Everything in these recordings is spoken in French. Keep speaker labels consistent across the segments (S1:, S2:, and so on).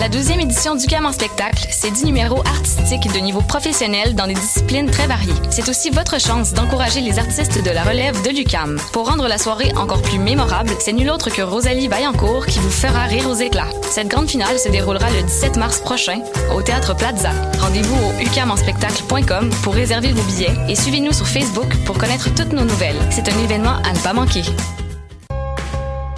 S1: La deuxième édition du CAM en spectacle, c'est 10 numéros artistiques de niveau professionnel dans des disciplines très variées. C'est aussi votre chance d'encourager les artistes de la relève de l'UCAM. Pour rendre la soirée encore plus mémorable, c'est nul autre que Rosalie Vaillancourt qui vous fera rire aux éclats. Cette grande finale se déroulera le 17 mars prochain au Théâtre Plaza. Rendez-vous au ucamenspectacle.com pour réserver vos billets et suivez-nous sur Facebook pour connaître toutes nos nouvelles. C'est un événement à ne pas manquer.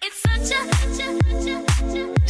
S2: It's such a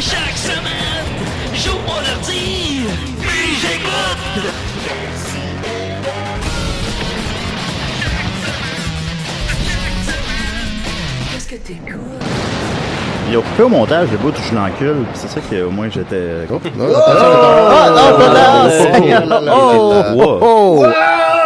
S3: Chaque semaine, j'ouvre mon ordi, puis j'écoute.
S4: Ils ont coupé au montage le bout où je l'encule, pis c'est ça que au moins j'étais. Oh,
S5: Non, attention, attention. Oh, oh, oh, oh, oh.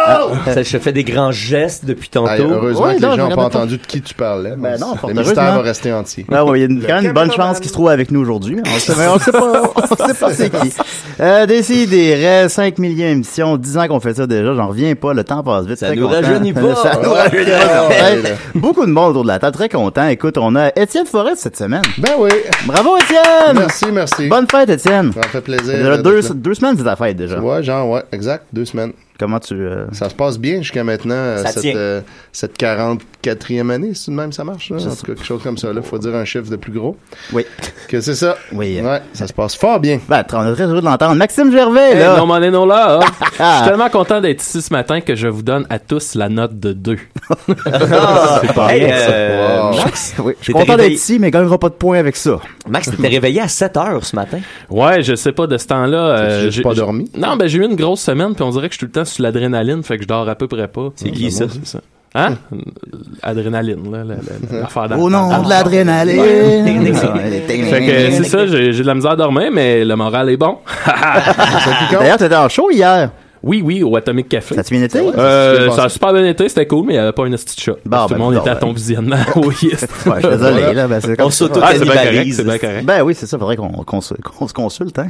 S6: Ah, Ça, je fais des grands gestes depuis tantôt.
S5: Hey, Heureusement
S4: Ouais,
S5: que
S4: non,
S5: les gens
S4: je
S5: n'ont pas
S4: regardais pas.
S5: entendu de qui tu parlais. mais
S6: Ah
S4: Ben non, fort
S5: le mystère
S4: heureusement.
S5: va rester entier.
S4: Ah ouais, il y a une- quand même une bonne chance qu'il se trouve avec nous aujourd'hui. mais On sait, mais on sait pas, on sait pas c'est qui. Euh, Décidérez, 5 millions d'émissions, 10 ans qu'on fait ça déjà, j'en reviens pas, le temps passe vite.
S6: Ça
S4: très
S6: nous
S4: content.
S6: rajeunit pas.
S4: Ça nous
S5: Ouais,
S4: rajeunit
S5: ouais,
S4: pas.
S5: ouais, là.
S4: Beaucoup de monde autour de la table, très content. Écoute, on a Étienne Forêt cette semaine.
S5: Ben oui.
S4: Bravo Étienne!
S5: Merci, merci.
S4: Bonne fête Étienne!
S5: Ça me fait plaisir.
S4: Ça fait
S5: d'être
S4: deux,
S5: là.
S4: deux semaines c'est ta fête déjà.
S5: Ouais, genre, ouais, exact, deux semaines.
S4: Comment tu... euh,
S5: Ça se passe bien jusqu'à maintenant, euh,
S6: Ça
S5: cette,
S6: tient.
S5: euh, cette 44e année, c'est de même ça marche, là? en tout cas, quelque chose comme ça, là, faut dire un chiffre de plus gros.
S4: Oui.
S5: Que c'est ça.
S4: Oui, euh.
S5: Ouais, ça se passe fort Ah, bien.
S4: Ben, on est très heureux de l'entendre. Maxime Gervais,
S7: Hey,
S4: Eh, là!
S7: non, m'en est non là. hein. Je suis tellement content d'être ici ce matin que je vous donne à tous la note de euh, 2.
S6: c'est pas
S4: rien,
S5: Wow.
S6: Max,
S4: Oui, je suis
S6: t'es
S4: content
S6: arrivé-
S4: d'être ici, mais gagnera pas de points avec ça.
S6: Max, t'étais réveillé à 7 heures ce matin.
S7: Ouais, je sais pas, de ce temps-là. euh,
S5: juste
S7: j'ai-
S5: pas
S7: j'ai-
S5: dormi?
S7: Non, ben j'ai eu une grosse semaine, puis on dirait que je suis tout le temps sur l'adrénaline, fait que je dors à peu près pas.
S6: C'est qui, ça?
S7: Hein? Adrénaline, là, la- la- l'affaire
S4: Hum.
S7: Ah,
S4: Oh non, de l'adrénaline!
S7: Fait que c'est ça, j'ai j'ai de la misère à dormir, mais le moral est bon.
S4: D'ailleurs, t'étais en show hier.
S7: oui, oui, au Atomic Café.
S4: Ça te bien été?
S5: C'est
S7: Euh,
S5: bon,
S7: ça
S5: ça.
S7: a super bien été, c'était cool, mais il n'y avait pas une petite chat.
S4: Bon,
S7: Tout
S4: ben,
S7: le monde
S4: bon,
S7: était à
S4: ben.
S7: ton visionnement. oui,
S4: Ouais, je suis désolé, là. Ben, c'est comme
S6: On s'auto
S7: Ah, c'est bien correct, c'est bien correct.
S4: Ben oui, c'est ça. Faudrait qu'on qu'on se qu'on se consulte, hein.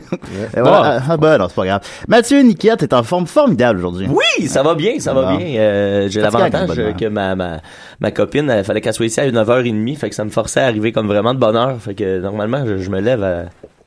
S4: Et voilà. Ah, ben non, c'est pas grave. Mathieu Niquette est en forme formidable aujourd'hui.
S6: Oui, ça va bien, ça va
S4: Bon.
S6: bien. Euh, j'ai
S4: Ça te gagne,
S6: l'avantage
S4: bonne
S6: euh,
S4: heure.
S6: que ma, ma, ma copine, il fallait qu'elle soit ici à 9h30, fait que ça me forçait à arriver comme vraiment de bonne heure. Fait que normalement, je, je me lève à,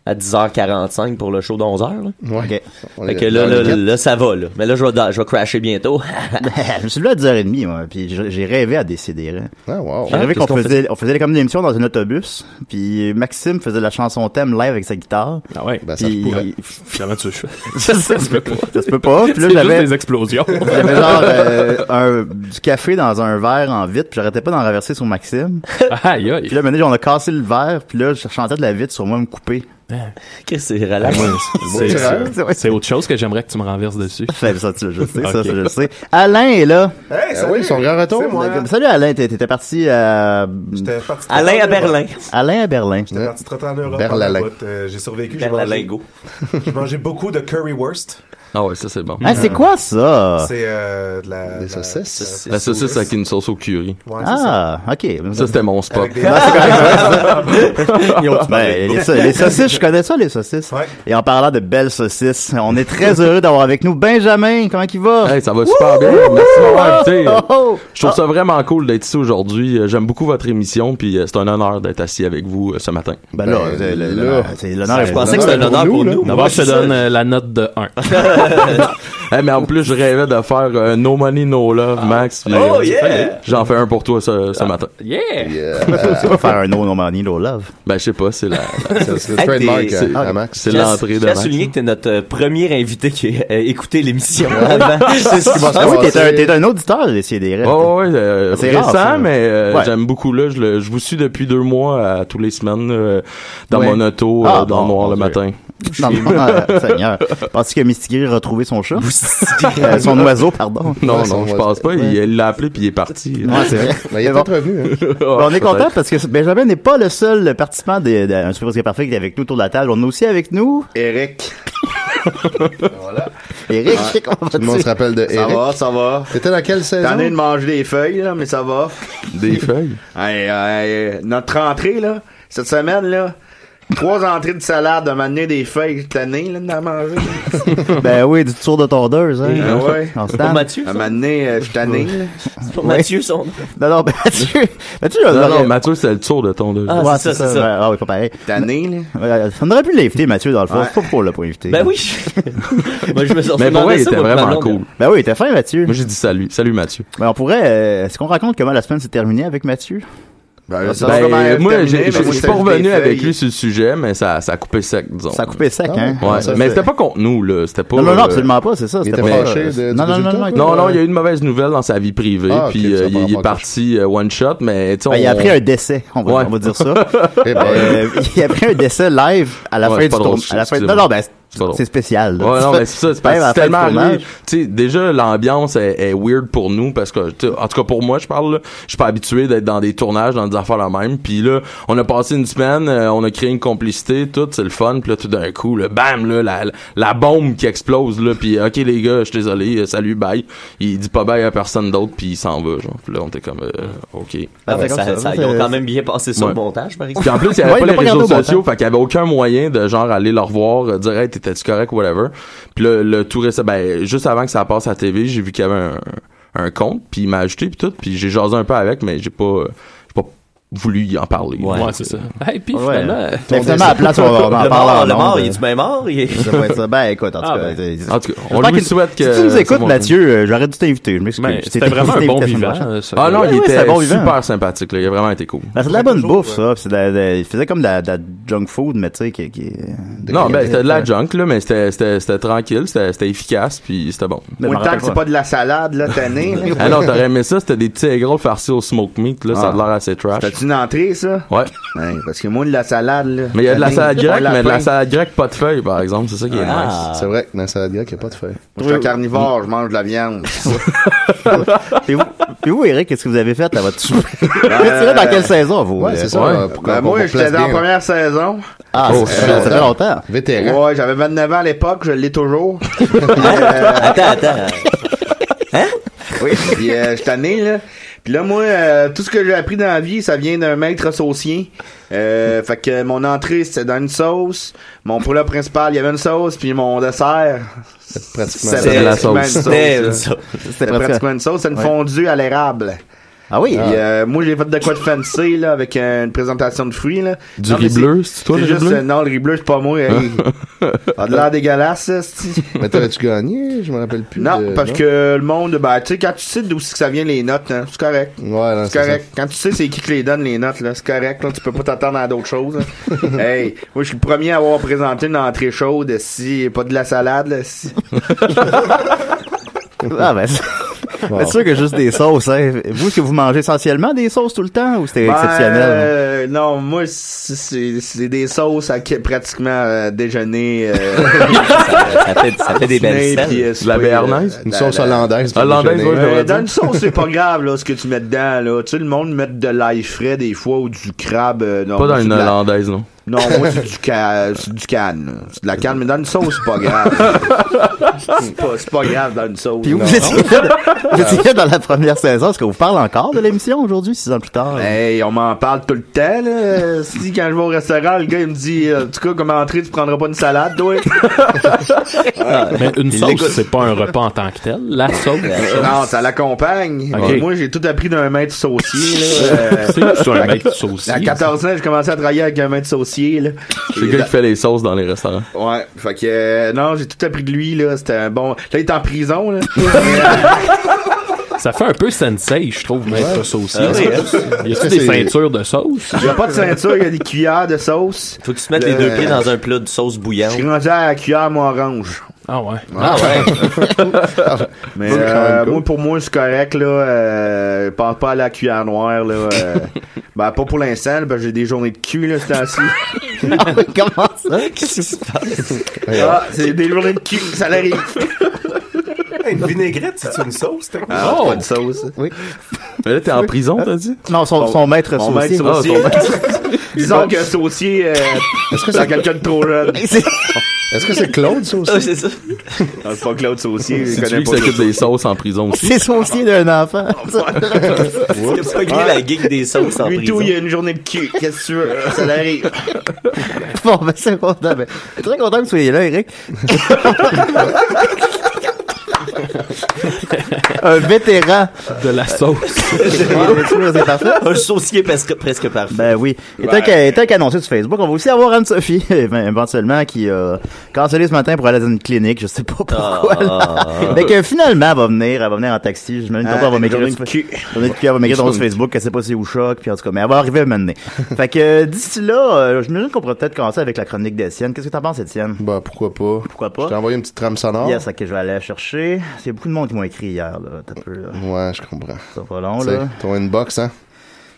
S6: à 10h45 pour le show de 11h. là.
S5: Ouais.
S4: Ok.
S5: On
S6: Fait
S5: est
S6: que là,
S5: dans
S6: là,
S5: le quatre.
S6: là, ça va. Là. Mais là, je vais, da- je vais crasher bientôt.
S4: je Ben, me suis levé à 10h30, moi, puis j'ai j'ai rêvé à décider. hein.
S5: Ah, wow.
S4: J'ai rêvé
S6: qu'est-ce
S4: qu'on
S6: qu'on
S4: faisait, on faisait comme une émission dans un autobus, puis Maxime faisait la chanson thème live avec sa guitare.
S7: Ah ouais.
S5: Ben, ça se
S4: puis-
S5: pourrait.
S7: Finalement, tu fais.
S4: ça se peut pas. Ça se peut pas. Puis là,
S7: C'est juste
S4: j'avais,
S7: des explosions.
S4: J'avais genre euh, un, du café dans un verre en vitre, puis j'arrêtais pas d'en renverser sur Maxime.
S7: Aïe, aïe.
S4: Puis là, maintenant, on a cassé le verre, puis là, je chantais de la vitre sur moi me couper.
S7: Ah.
S6: Qu'est-ce que c'est relax?
S7: C'est- c'est- C'est autre chose que j'aimerais que tu me renverses dessus.
S4: Ben, ça, tu le sais, ça, je le sais. Alain est là.
S8: Hey,
S5: salut. Ah oui, son grand retour.
S8: C'est moi.
S4: Salut Alain, t'es- t'étais parti à...
S8: J'étais parti très tard en Europe.
S4: Alain à Berlin.
S8: J'étais parti très tard en Europe.
S4: Berlalin.
S8: pendant le bout. Euh, J'ai survécu. J'ai
S6: Berlalingo.
S8: mangé- J'ai mangé beaucoup de currywurst.
S9: Ah ouais, ça c'est bon.
S4: Ah, c'est quoi ça?
S8: C'est euh, de la... Des
S9: saucisses. La saucisse avec une sauce au curry.
S8: Ouais, c'est
S4: Ah, ok.
S9: Ça c'était mon spot.
S4: Avec des- Ah! Non, c'est correct. Ben, les, sa- les saucisses, je connais ça, les saucisses. Et en parlant de belles saucisses, on est très heureux d'avoir avec nous Benjamin. Comment il va?
S9: Hey, ça va super bien. Merci de m'avoir invité.
S4: Oh, oh, oh.
S9: Je trouve ça vraiment cool d'être ici aujourd'hui. Euh, J'aime beaucoup votre émission, puis euh, c'est un honneur d'être assis avec vous euh, ce matin.
S4: Ben là, Ben, euh, le- là, le- c'est l'honneur
S7: Je pensais que c'était un honneur pour nous. D'abord, je te donne, euh,
S9: la note de 1. Eh, mais en plus, je rêvais de faire euh, No Money, No
S7: Ah.
S9: Love, Max. puis,
S4: Oh,
S9: euh,
S4: yeah!
S9: J'en fais un pour toi ce, ce matin.
S7: Yeah!
S4: c'est pas faire un no no money no love.
S9: Ben, je sais pas, c'est la.
S5: C'est le
S4: euh,
S5: trademark euh,
S6: C'est-
S5: à, à Max.
S9: C'est l'entrée de
S6: Je tiens à
S9: Max.
S6: souligner que t'es notre euh, premier invité qui a euh, écouté l'émission
S8: Ah,
S6: avant. C'est ce qui va se
S4: Ah oui, t'es un,
S6: passer.
S4: t'es un auditeur d'essayer des rêves.
S9: Oh, ouais, euh,
S4: C'est
S9: récent,
S4: rare, ça.
S9: mais euh,
S4: Ouais.
S9: j'aime beaucoup là. Je, le- je vous suis depuis deux mois à tous les semaines euh, dans
S4: Ouais.
S9: mon auto, euh,
S4: Ah,
S9: dans
S4: bon,
S9: le noir
S4: mon
S9: le
S4: Dieu.
S9: matin.
S4: Non, non, euh, Seigneur. Penses-tu que Mystigri a retrouvé son chat? Euh, son oiseau, pardon.
S9: Non, non, je pense pas. Il il l'a appelé puis il est parti.
S4: Ouais, c'est vrai.
S5: Mais il est
S4: Bon.
S5: peut-être revenu. hein.
S4: Ben, on est content parce que Benjamin n'est pas le seul participant d'un de, Super Presque Parfait qui est avec nous autour de la table. On est aussi avec nous.
S8: Eric.
S4: Eric,
S10: Ouais.
S4: comment vas-tu?
S5: Tout le monde se rappelle de
S10: Ça
S5: Eric.
S10: va, ça va.
S5: T'étais dans quelle saison?
S10: T'en as de manger des feuilles, là, mais ça va.
S9: Des feuilles?
S10: Hey, hey, notre entrée, là, cette semaine, là, trois entrées de salade, de m'amener des feuilles tannées, là, d'en manger.
S4: ben oui, du tour de tondeuse. Hein,
S10: Ah ouais.
S4: En stand.
S10: À m'amener, euh, je suis tanné, là.
S4: Ouais. Non, non, ben, Mathieu. Mathieu,
S9: Non, non,
S4: j'aurais-
S9: Mathieu, c'est le tour de ton.
S4: Ouais, ouais, Ah oui, pas pareil.
S10: Tanné,
S4: là. On aurait pu l'inviter, Mathieu, dans le fond.
S10: Ouais.
S4: C'est pas pourquoi on l'a pas invité.
S6: Ben oui. Moi, je me suis
S9: Mais pour
S6: demandé
S9: vrai, il
S6: ça,
S9: était
S6: moi, ma
S9: vraiment
S6: blonde.
S9: cool.
S4: Ben oui, il était fin, Mathieu.
S9: Moi, j'ai dit salut. Salut, Mathieu.
S4: Ben, on pourrait. euh, Est-ce qu'on raconte comment la semaine s'est terminée avec Mathieu?
S9: Ben,
S4: Ah, ça, c'est vraiment
S9: moi,
S4: terminé,
S9: j'ai-
S4: mais
S9: j'ai- je
S4: moi,
S9: suis
S4: c'était
S9: pas
S4: juste
S9: revenu
S4: des
S9: avec
S4: feuilles.
S9: lui sur le sujet, mais ça, ça a coupé sec, disons. Ça a
S4: coupé sec, hein?
S9: Ouais.
S4: Ça,
S9: mais
S4: c'est-
S9: c'était pas contre nous, là. C'était pas.
S4: Non, non, non,
S9: euh,
S4: absolument pas, c'est ça. C'était pas- euh, non, non, non, non,
S9: Non, non, il y a eu une mauvaise nouvelle dans sa vie privée,
S4: Ah, ok,
S9: puis
S4: ça
S9: euh,
S4: va
S9: il- il est
S4: encore
S9: parti euh, one shot, mais tu sais,
S4: Ben, il a
S9: on-
S4: pris un décès, on va,
S9: Ouais.
S4: on va dire ça.
S9: Eh ben.
S4: Euh, il a pris un décès live à la
S9: Ouais,
S4: fin
S9: c'est
S4: du
S9: pas drôle,
S4: tournage. À la fin...
S9: excusez-moi.
S4: Non, non, ben,
S9: C'est pas drôle.
S4: c'est spécial. là.
S9: Ouais, non, mais c'est ça, c'est parce
S4: Même
S9: que
S4: à la
S9: c'est
S4: fin du
S9: tellement
S4: tournage.
S9: arrivé. Tu sais, déjà, l'ambiance est, est weird pour nous parce que, tu sais, en tout cas pour moi, je parle, là, je suis pas habitué d'être dans des tournages, dans des affaires la même. Puis là, on a passé une semaine, euh, on a créé une complicité, tout, c'est le fun. Puis là, tout d'un coup, le bam, là, la, la- la bombe qui explose, là. Puis, euh, ok, les gars, je suis désolé, euh, salut, bye. Il dit pas bye à personne d'autre, puis il s'en va, genre. Puis là, on était comme, euh, ok.
S6: Ah, fait que ça- ça- ils ont quand même bien passé sur le montage, par exemple.
S9: Puis en plus, il n'y
S6: Ouais,
S9: avait
S6: il l'a
S9: pas
S6: pas
S9: les
S6: gardé
S9: réseaux
S6: au montage.
S9: sociaux, fait qu'il n'y avait aucun moyen de genre aller le revoir, euh, dire hey, t'étais-tu correct, whatever. Puis le, le tout récem- ben, juste avant que ça passe à la TV, j'ai vu qu'il y avait un, un compte, puis il m'a ajouté, puis tout, puis j'ai jasé un peu avec, mais j'ai pas, euh, j'ai pas voulu y en parler.
S7: Ouais,
S9: Donc,
S7: c'est
S9: euh,
S7: ça. Hey, puis
S4: Ouais.
S7: finalement. euh,
S4: Mais
S7: ton
S4: finalement, à la
S7: décès.
S4: place, on va on en
S7: Le
S4: parler
S7: mort,
S4: en
S7: le
S4: nombre.
S7: mort, il
S6: est du même mort? Il est-
S4: Ça doit être ça. Ben, écoute, en tout
S6: Ah,
S4: cas.
S6: ben.
S4: c'est-
S9: En tout cas, on
S4: J'espère
S9: lui
S4: que-
S9: souhaite que
S4: Si tu nous
S9: ça
S4: écoutes,
S9: va
S4: Mathieu, euh, j'aurais dû t'inviter. Je m'excuse.
S9: Ben,
S4: C'était
S9: c'était vraiment un
S4: une
S9: bon
S4: invitation
S9: vivant.
S4: de
S9: euh,
S4: marche.
S9: ça. Ah non,
S4: Ouais,
S9: il
S4: ouais,
S9: était
S4: c'était un bon vivant.
S9: super sympathique, là, il a vraiment été cool.
S4: Ben, c'est de la bonne bouffe, ça. puis c'est de la- de- Il faisait comme de la de la junk food, mais tu sais, qui. qui-
S9: Non, ben c'était de la junk, là, mais c'était- c'était c'était tranquille, c'était c'était efficace, puis c'était bon.
S10: Ou tant que c'est pas de la salade, là, tannée, là.
S9: Ah non, t'aurais aimé ça, c'était des petits aigrons farcis au smoke meat, là, ça a
S10: Ah.
S9: l'air assez trash.
S10: T'as-tu une entrée, ça?
S9: Ouais.
S10: Parce que moi, de la salade, là.
S9: Mais il y a de la
S10: tannée,
S9: salade
S10: on
S9: grecque, mais de la
S10: peint.
S9: salade grecque pas de feuilles, par exemple, c'est ça qui est nice.
S5: C'est vrai que dans la salade grecque, il n'y a pas de feuilles.
S10: Moi, je suis un carnivore, je mange de la viande.
S4: Et vous, et vous, Eric, qu'est-ce que vous avez fait à votre souper?
S9: Euh,
S4: Vous étiez dans quelle saison, vous?
S5: Ouais,
S4: Bah, euh,
S5: c'est ça.
S4: ouais.
S5: euh, pour qu'on-
S10: Ben, moi,
S5: qu'on
S10: j'étais
S5: place
S10: dans la
S5: bien.
S10: première saison.
S4: Ah,
S5: Oh,
S4: ça fait- ça fait longtemps.
S5: Vétéran.
S10: Ouais, j'avais 29 ans à l'époque, je l'ai toujours. euh,
S6: attends, attends.
S4: Hein?
S10: Oui, puis euh, je t'en ai, là. Puis là, moi, euh, tout ce que j'ai appris dans la vie, ça vient d'un maître saucier. Euh, fait que mon entrée, c'était dans une sauce. Mon plat principal, il y avait une sauce. Puis mon dessert, c'était
S5: pratiquement- C'était la
S10: pratiquement
S5: sauce.
S10: une
S5: C'était
S10: là.
S5: une sauce.
S10: C'était pratiquement une sauce. C'est une
S5: Ouais.
S10: fondue à l'érable.
S4: Ah
S5: oui?
S10: Puis, euh, moi, j'ai fait de quoi de fancy, là, avec euh, une présentation de fruits, là.
S9: Du
S10: mais
S9: riz
S10: c'est-
S9: bleu, c'est toi, le riz
S10: juste,
S9: bleu?
S10: euh, non, le riz bleu, c'est pas moi. hey. Ça a de l'air dégueulasse, ça, c'ti.
S5: Mais t'aurais-tu gagné? Je me rappelle plus.
S10: Non,
S5: de-
S10: parce
S5: non?
S10: que le monde, ben, tu sais, quand tu sais d'où c'est que ça vient les notes, hein, c'est correct. c'est
S5: c'est
S10: correct. Quand tu sais c'est qui qui les donne les notes, là, c'est correct, là, tu peux pas t'attendre à d'autres choses. là. hey, moi, je suis le premier à avoir présenté une entrée chaude, si, pas de la salade, là, si.
S4: Ah, ben, c'est- C'est sûr que juste des sauces, hein. Vous, est-ce que vous mangez essentiellement des sauces tout le temps ou c'était
S10: Ben,
S4: exceptionnel? hein.
S10: euh, non, moi, c'est- c'est c'est des sauces à qui- pratiquement euh, déjeuner. euh,
S6: ça fait- ça fait des belles
S10: dîner,
S6: selles.
S10: puis, euh,
S6: La
S10: souper,
S6: béarnaise?
S9: Ah,
S10: euh,
S5: Une
S10: la-
S5: sauce
S10: la-
S5: hollandaise pour Hollandaise, déjeuner. ouais,
S10: Euh,
S5: j'aurais
S10: dans
S5: dit.
S10: une sauce, c'est pas grave là, ce que tu mets dedans. Là. Tu sais, le monde met de l'ail frais des fois ou du crabe. euh, non,
S9: Pas dans
S10: c'est
S9: une
S10: de la-
S9: hollandaise, non.
S10: Non, moi, c'est du, ca- c'est du canne. là. C'est de la canne, mais dans une sauce, c'est pas grave. c'est pas, c'est pas grave dans une sauce.
S4: Puis où
S10: non.
S4: vous étiez, vous étiez dans la première saison? Est-ce qu'on vous parle encore de l'émission aujourd'hui, six ans plus
S6: Ah
S4: tard?
S10: Hey, on m'en parle tout le temps, là. Euh, Si, quand je vais au restaurant, le gars, il me dit, euh, en tout cas, comme entrée, tu prendras pas une salade, toi.
S7: euh, Mais une
S10: Il
S7: sauce,
S10: l'écoute.
S7: c'est pas un repas en tant que tel. La sauce.
S10: non, ça l'accompagne.
S7: Ok.
S10: Et Moi, j'ai tout appris d'un maître saucier, là. Euh,
S7: C'est- c'est un maître saucier.
S10: À 14 ans, j'ai commencé à travailler avec un maître saucier, là.
S9: C'est le
S10: Et
S9: gars
S10: là-
S9: qui fait les sauces dans les restaurants.
S10: Ouais, fait que, euh, non, j'ai tout appris de lui, là. C'était un bon. Là, il est en prison, là.
S7: Ça fait un peu sensei, je trouve, maître saucier.
S10: Ah oui, hein?
S7: Y
S10: Est-ce
S7: a-tu
S10: que
S7: des
S10: c'est-
S7: ceintures de sauce?
S10: Il y a pas de ceinture, il y a des cuillères de sauce.
S6: Faut que tu te mettes les deux pieds dans un plat de sauce
S10: Je
S6: bouillante.
S10: suis rendu à la cuillère, moi, orange.
S7: Ah ouais.
S6: Ah ouais.
S10: Mais
S6: Bon,
S10: euh,
S6: quand même, cool.
S10: moi, pour moi, c'est correct, là. Euh, je pense pas à la cuillère noire, là. euh. ben, pas pour l'instant, là, parce que j'ai des journées de cul, là, c'est ainsi.
S4: Comment
S6: ça? Hein? Qu'est-ce qui se passe?
S10: Ah, c'est des journées de cul, ça l'arrive.
S8: Une vinaigrette, c'est une sauce, t'as
S10: Ah, c'est pas de sauce.
S4: Oui.
S9: Mais là, t'es en prison, t'as dit?
S4: Non, son,
S10: Bon,
S4: son maître
S10: mon
S4: saucier.
S6: Ah,
S10: maître saucier. Disons que saucier, euh,
S5: Est-ce que
S10: c'est
S5: c'est-
S10: quelqu'un de trop jeune.
S5: Est-ce que c'est Claude, ça aussi?
S6: Ah, c'est ça.
S10: Non, c'est pas Claude Saucier, je
S9: C'est
S10: connais
S9: lui qui
S10: pas
S9: s'occupe
S10: Claude
S9: des sauces en prison aussi.
S4: C'est saucier d'un enfant.
S6: T'as pas grillé la geek des sauces en
S10: Lui tout,
S6: prison.
S10: il y a une journée de cul. Qu'est-ce que tu veux? Ça l'arrive.
S4: bon, ben, c'est content. Ben, très content que vous soyez là, Eric. Un vétéran.
S7: De la sauce.
S4: c'est parfait.
S6: Un saucier presque, presque parfait.
S4: Ben oui. Étant qu'a- étant qu'annoncé sur Facebook, on va aussi avoir Anne-Sophie, éve- éventuellement, qui a cancellé ce matin pour aller dans une clinique, je sais pas pourquoi. là. Mais que finalement, elle va venir, elle va venir en taxi. Je me demande
S10: Ah,
S4: pourquoi elle va
S10: une
S4: maigrir.
S10: journée
S4: sur-
S10: de cul.
S4: journée de cul, elle va maigrir
S10: Une
S4: dans
S10: journée
S4: sur
S10: de
S4: Facebook, elle sait pas si c'est où choc, puis en tout cas, mais elle va arriver à mener. fait que euh, d'ici là, euh, je me qu'on pourrait peut-être commencer avec la chronique d'Étienne. Qu'est-ce que t'en penses, Étienne?
S5: Bah, pourquoi pas?
S4: Pourquoi pas?
S5: Je t'ai envoyé une petite trame sonore.
S4: Yes, ok, je vais aller la chercher. Il y a beaucoup de monde qui m'ont écrit hier, là. T'as peu, là.
S5: Ouais, je comprends.
S4: C'est pas long,
S5: Tu sais,
S4: là.
S5: Ton inbox, hein?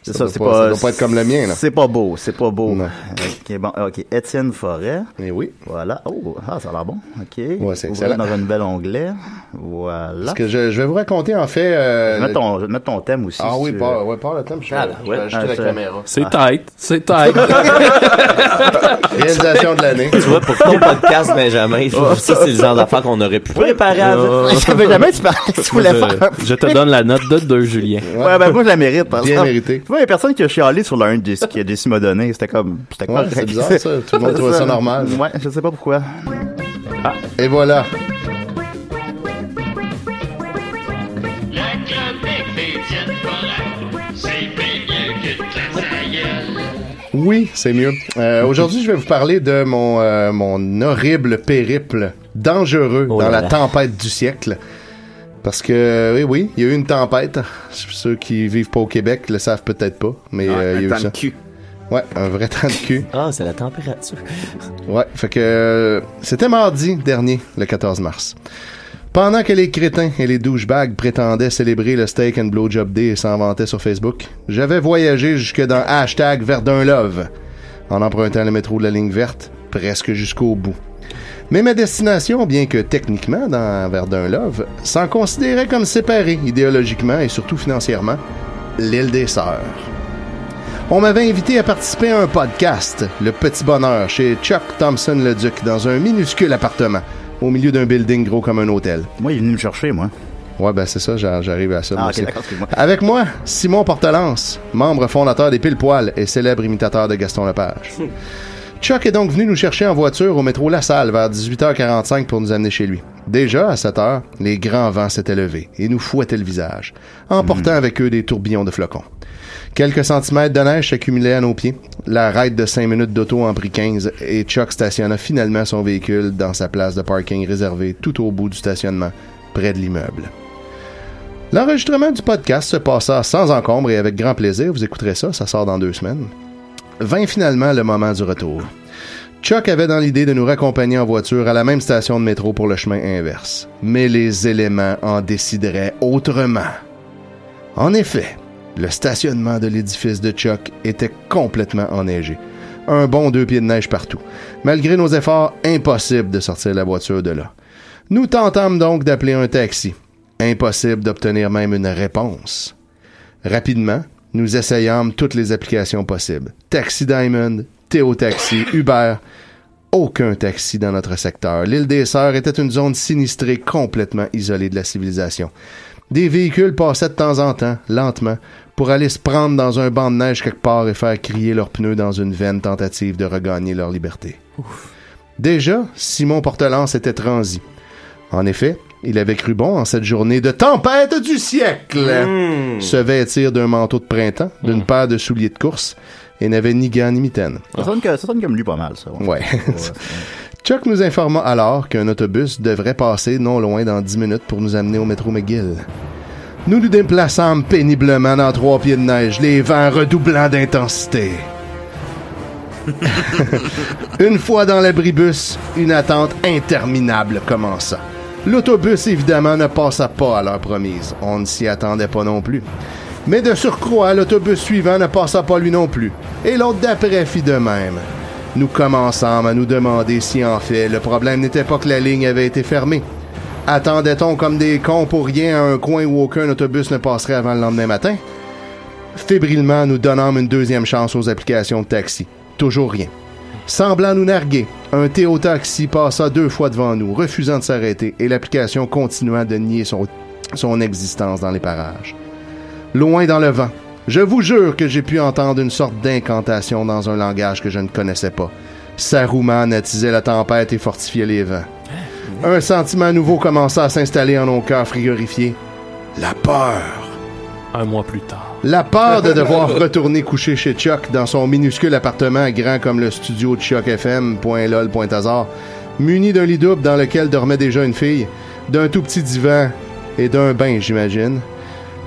S4: C'est
S5: Ça
S4: ça,
S5: doit
S4: c'est
S5: pas-
S4: pas,
S5: ça doit pas être comme le mien, là.
S4: C'est pas beau, c'est pas beau. Ok, bon, ok. Étienne Forêt.
S5: Et Eh oui.
S4: Voilà. Oh, ah, ça a l'air bon. Ok.
S5: Ouais, c'est
S4: Ouvrir
S5: excellent.
S4: Dans un nouvel onglet. Voilà.
S5: Parce que je, je vais vous raconter, en fait.
S4: Je
S5: euh,
S4: vais mettre ton, je vais mettre ton thème aussi.
S5: Ah
S4: si
S5: oui,
S4: tu veux.
S5: parle ouais, pars le thème, je vais
S4: Ah,
S5: je
S4: ouais.
S5: vais ajouter
S4: Ah,
S5: la
S4: ça-
S5: caméra.
S7: C'est tight. C'est tight.
S5: Réalisation de l'année.
S6: Tu vois, pour ton podcast, Benjamin, ça, c'est le genre d'affaires qu'on aurait pu préparer avant.
S4: Je savais jamais que tu parlais, tu voulais faire un
S7: Oh. Je, je te donne la note de 2, Julien.
S4: Ouais, ben moi je la mérite. Parce
S5: Bien
S4: que-
S5: mérité.
S4: Tu vois, il y a personne qui a chialé sur le 1 disque que Jesse m'a donné. C'était comme. C'était
S5: Ouais,
S4: correct.
S5: c'est bizarre, ça. Tout le monde trouvait ça normal.
S4: Ouais, je sais pas pourquoi.
S7: Ah.
S5: Et voilà.
S3: La chronique des tiennes forêts, c'est bien mieux que de la saïeule.
S5: Oui, c'est mieux. Euh, Aujourd'hui, je vais vous parler de mon, euh, mon horrible périple dangereux
S6: Oh
S5: dans la
S6: là là.
S5: tempête du siècle. Parce que, oui, oui, il y a eu une tempête. Ceux qui vivent pas au Québec le savent peut-être pas, mais
S6: Ouais,
S5: euh, il y a
S6: un
S5: eu
S6: temps de
S5: ça.
S6: cul.
S5: Ouais, un vrai temps de cul.
S6: Ah, c'est la température.
S5: Ouais, fait que euh, c'était mardi dernier, le 14 mars. Pendant que les crétins et les douchebags prétendaient célébrer le Steak and Blowjob Day et s'en vantaient sur Facebook, j'avais voyagé jusque dans hashtag Verdun Love en empruntant le métro de la ligne verte presque jusqu'au bout. Mais ma destination, bien que techniquement dans Verdun Love, s'en considérait comme séparée idéologiquement et surtout financièrement, l'île des Sœurs. On m'avait invité à participer à un podcast, Le Petit Bonheur, chez Chuck Thompson le Duc, dans un minuscule appartement, au milieu d'un building gros comme un hôtel.
S4: Moi, il est venu me chercher, moi.
S5: Ouais, ben c'est ça, j'ar- j'arrive à ça.
S4: Ah,
S5: moi
S4: ok,
S5: aussi.
S4: d'accord, excuse-moi.
S5: Avec moi, Simon Portelance, membre fondateur des Pile Poil et célèbre imitateur de Gaston Lepage. Chuck est donc venu nous chercher en voiture au métro La Salle vers 18h45 pour nous amener chez lui. Déjà, à 7 heures, les grands vents s'étaient levés et nous fouettaient le visage, emportant avec eux des tourbillons de flocons. Quelques centimètres de neige s'accumulaient à nos pieds. La ride de 5 minutes d'auto en prit 15 et Chuck stationna finalement son véhicule dans sa place de parking réservée tout au bout du stationnement, près de l'immeuble. L'enregistrement du podcast se passa sans encombre et avec grand plaisir. Vous écouterez ça, ça sort dans deux semaines. Vint finalement le moment du retour. Chuck avait dans l'idée de nous raccompagner en voiture à la même station de métro pour le chemin inverse. Mais les éléments en décideraient autrement. En effet, le stationnement de l'édifice de Chuck était complètement enneigé. Un bon deux pieds de neige partout. Malgré nos efforts, impossible de sortir la voiture de là. Nous tentâmes donc d'appeler un taxi. Impossible d'obtenir même une réponse. Rapidement, nous essayâmes toutes les applications possibles. Taxi Diamond, Théo Taxi, Uber. Aucun taxi dans notre secteur. L'île des Sœurs était une zone sinistrée complètement isolée de la civilisation. Des véhicules passaient de temps en temps, lentement, pour aller se prendre dans un banc de neige quelque part et faire crier leurs pneus dans une vaine tentative de regagner leur liberté. Déjà, Simon Portelance était transi. En effet, il avait cru bon en cette journée de tempête du siècle
S8: Mm.
S5: se vêtir d'un manteau de printemps, d'une paire de souliers de course, et n'avait ni gants ni mitaines.
S4: Ça sonne, que- ça sonne comme lui pas mal, ça.
S5: Ouais. Chuck nous informa alors qu'un autobus devrait passer non loin dans 10 minutes pour nous amener au métro McGill. Nous nous déplaçâmes péniblement dans trois pieds de neige, les vents redoublant d'intensité. une fois dans l'abribus, une attente interminable commença. L'autobus, évidemment, ne passa pas à l'heure promise. On ne s'y attendait pas non plus. Mais de surcroît, l'autobus suivant ne passa pas lui non plus. Et l'autre d'après fit de même. Nous commençâmes à nous demander si, en fait, le problème n'était pas que la ligne avait été fermée. Attendait-on comme des cons pour rien à un coin où aucun autobus ne passerait avant le lendemain matin? Fébrilement, nous donnâmes une deuxième chance aux applications de taxi. Toujours rien. Semblant nous narguer, un Théo Taxi passa deux fois devant nous, refusant de s'arrêter et l'application continuant de nier son, son existence dans les parages. Loin dans le vent, je vous jure que j'ai pu entendre une sorte d'incantation dans un langage que je ne connaissais pas. Saruman attisait la tempête et fortifiait les vents. Un sentiment nouveau commença à s'installer en nos cœurs frigorifiés. La peur.
S7: Un mois plus tard.
S5: La peur de devoir retourner coucher chez Chuck dans son minuscule appartement grand comme le studio de Chuck FM, point lol, point hasard, muni d'un lit double dans lequel dormait déjà une fille, d'un tout petit divan et d'un bain, j'imagine.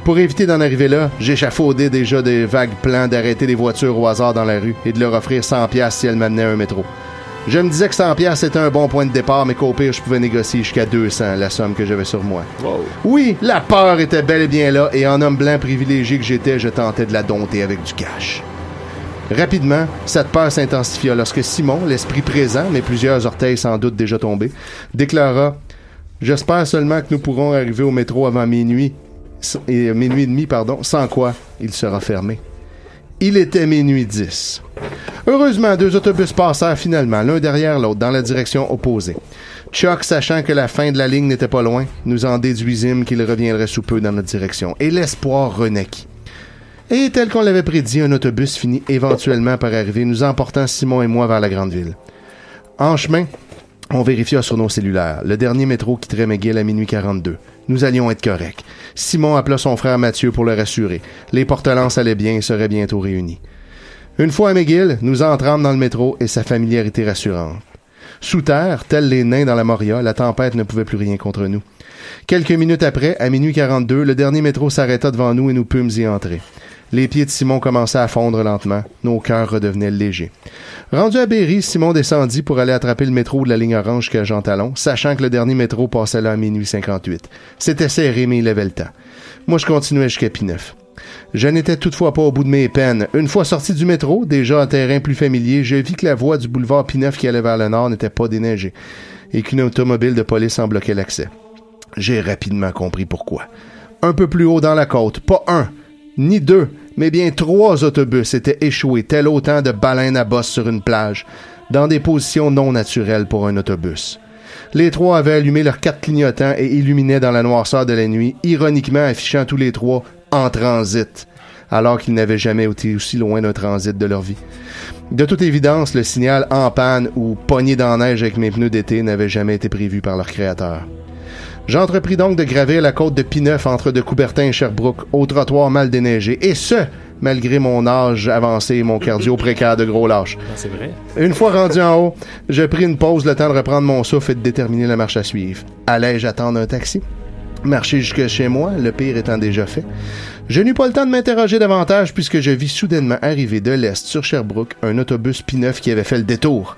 S5: Pour éviter d'en arriver là, j'échafaudais déjà des vagues plans d'arrêter les voitures au hasard dans la rue et de leur offrir 100 pièces si elles m'amenaient à un métro. Je me disais que 100 pièces c'était un bon point de départ, mais qu'au pire, je pouvais négocier jusqu'à 200, la somme que j'avais sur moi. Oui, la peur était bel et bien là, et en homme blanc privilégié que j'étais, je tentais de la dompter avec du cash. Rapidement, cette peur s'intensifia lorsque Simon, l'esprit présent, mais plusieurs orteils sans doute déjà tombés, déclara « J'espère seulement que nous pourrons arriver au métro avant minuit, s- et, euh, minuit et demi, pardon, sans quoi il sera fermé. » Il était minuit 10. Heureusement, deux autobus passèrent finalement, l'un derrière l'autre, dans la direction opposée. Chuck, sachant que la fin de la ligne n'était pas loin, nous en déduisîmes qu'il reviendrait sous peu dans notre direction, et l'espoir renaquit. Et tel qu'on l'avait prédit, un autobus finit éventuellement par arriver, nous emportant Simon et moi vers la grande ville. En chemin, on vérifia sur nos cellulaires. Le dernier métro quitterait McGill à minuit 42. Nous allions être corrects. Simon appela son frère Mathieu pour le rassurer. Les portelances allaient bien et seraient bientôt réunis. Une fois à McGill, nous entrâmes dans le métro et sa familiarité rassurante. Sous terre, tels les nains dans la Moria, la tempête ne pouvait plus rien contre nous. Quelques minutes après, à minuit 42, le dernier métro s'arrêta devant nous et nous pûmes y entrer. Les pieds de Simon commençaient à fondre lentement, nos cœurs redevenaient légers. Rendu à Berry, Simon descendit pour aller attraper le métro de la ligne orange jusqu'à Jean Talon, sachant que le dernier métro passait là à minuit 58. C'était serré, mais il avait le temps. Moi, je continuais jusqu'à Pineuf. Je n'étais toutefois pas au bout de mes peines. Une fois sorti du métro, déjà en terrain plus familier, je vis que la voie du boulevard Pineuf qui allait vers le nord n'était pas déneigée et qu'une automobile de police en bloquait l'accès. J'ai rapidement compris pourquoi. Un peu plus haut dans la côte, pas un, ni deux, mais bien trois autobus étaient échoués, tel autant de baleines à bosse sur une plage, dans des positions non naturelles pour un autobus. Les trois avaient allumé leurs quatre clignotants et illuminaient dans la noirceur de la nuit, ironiquement affichant tous les trois en transit, alors qu'ils n'avaient jamais été aussi loin d'un transit de leur vie. De toute évidence, le signal en panne ou pogné dans la neige avec mes pneus d'été n'avait jamais été prévu par leur créateur. J'entrepris donc de gravir la côte de Pineuf entre de Coubertin et Sherbrooke, au trottoir mal déneigé, et ce, malgré mon âge avancé et mon cardio précaire de gros lâche.
S7: Ben, C'est vrai.
S5: Une fois rendu en haut, je pris une pause, le temps de reprendre mon souffle et de déterminer la marche à suivre. Allais-je attendre un taxi? Marcher jusque chez moi, le pire étant déjà fait. Je n'eus pas le temps de m'interroger davantage puisque je vis soudainement arriver de l'Est sur Sherbrooke un autobus P9 qui avait fait le détour.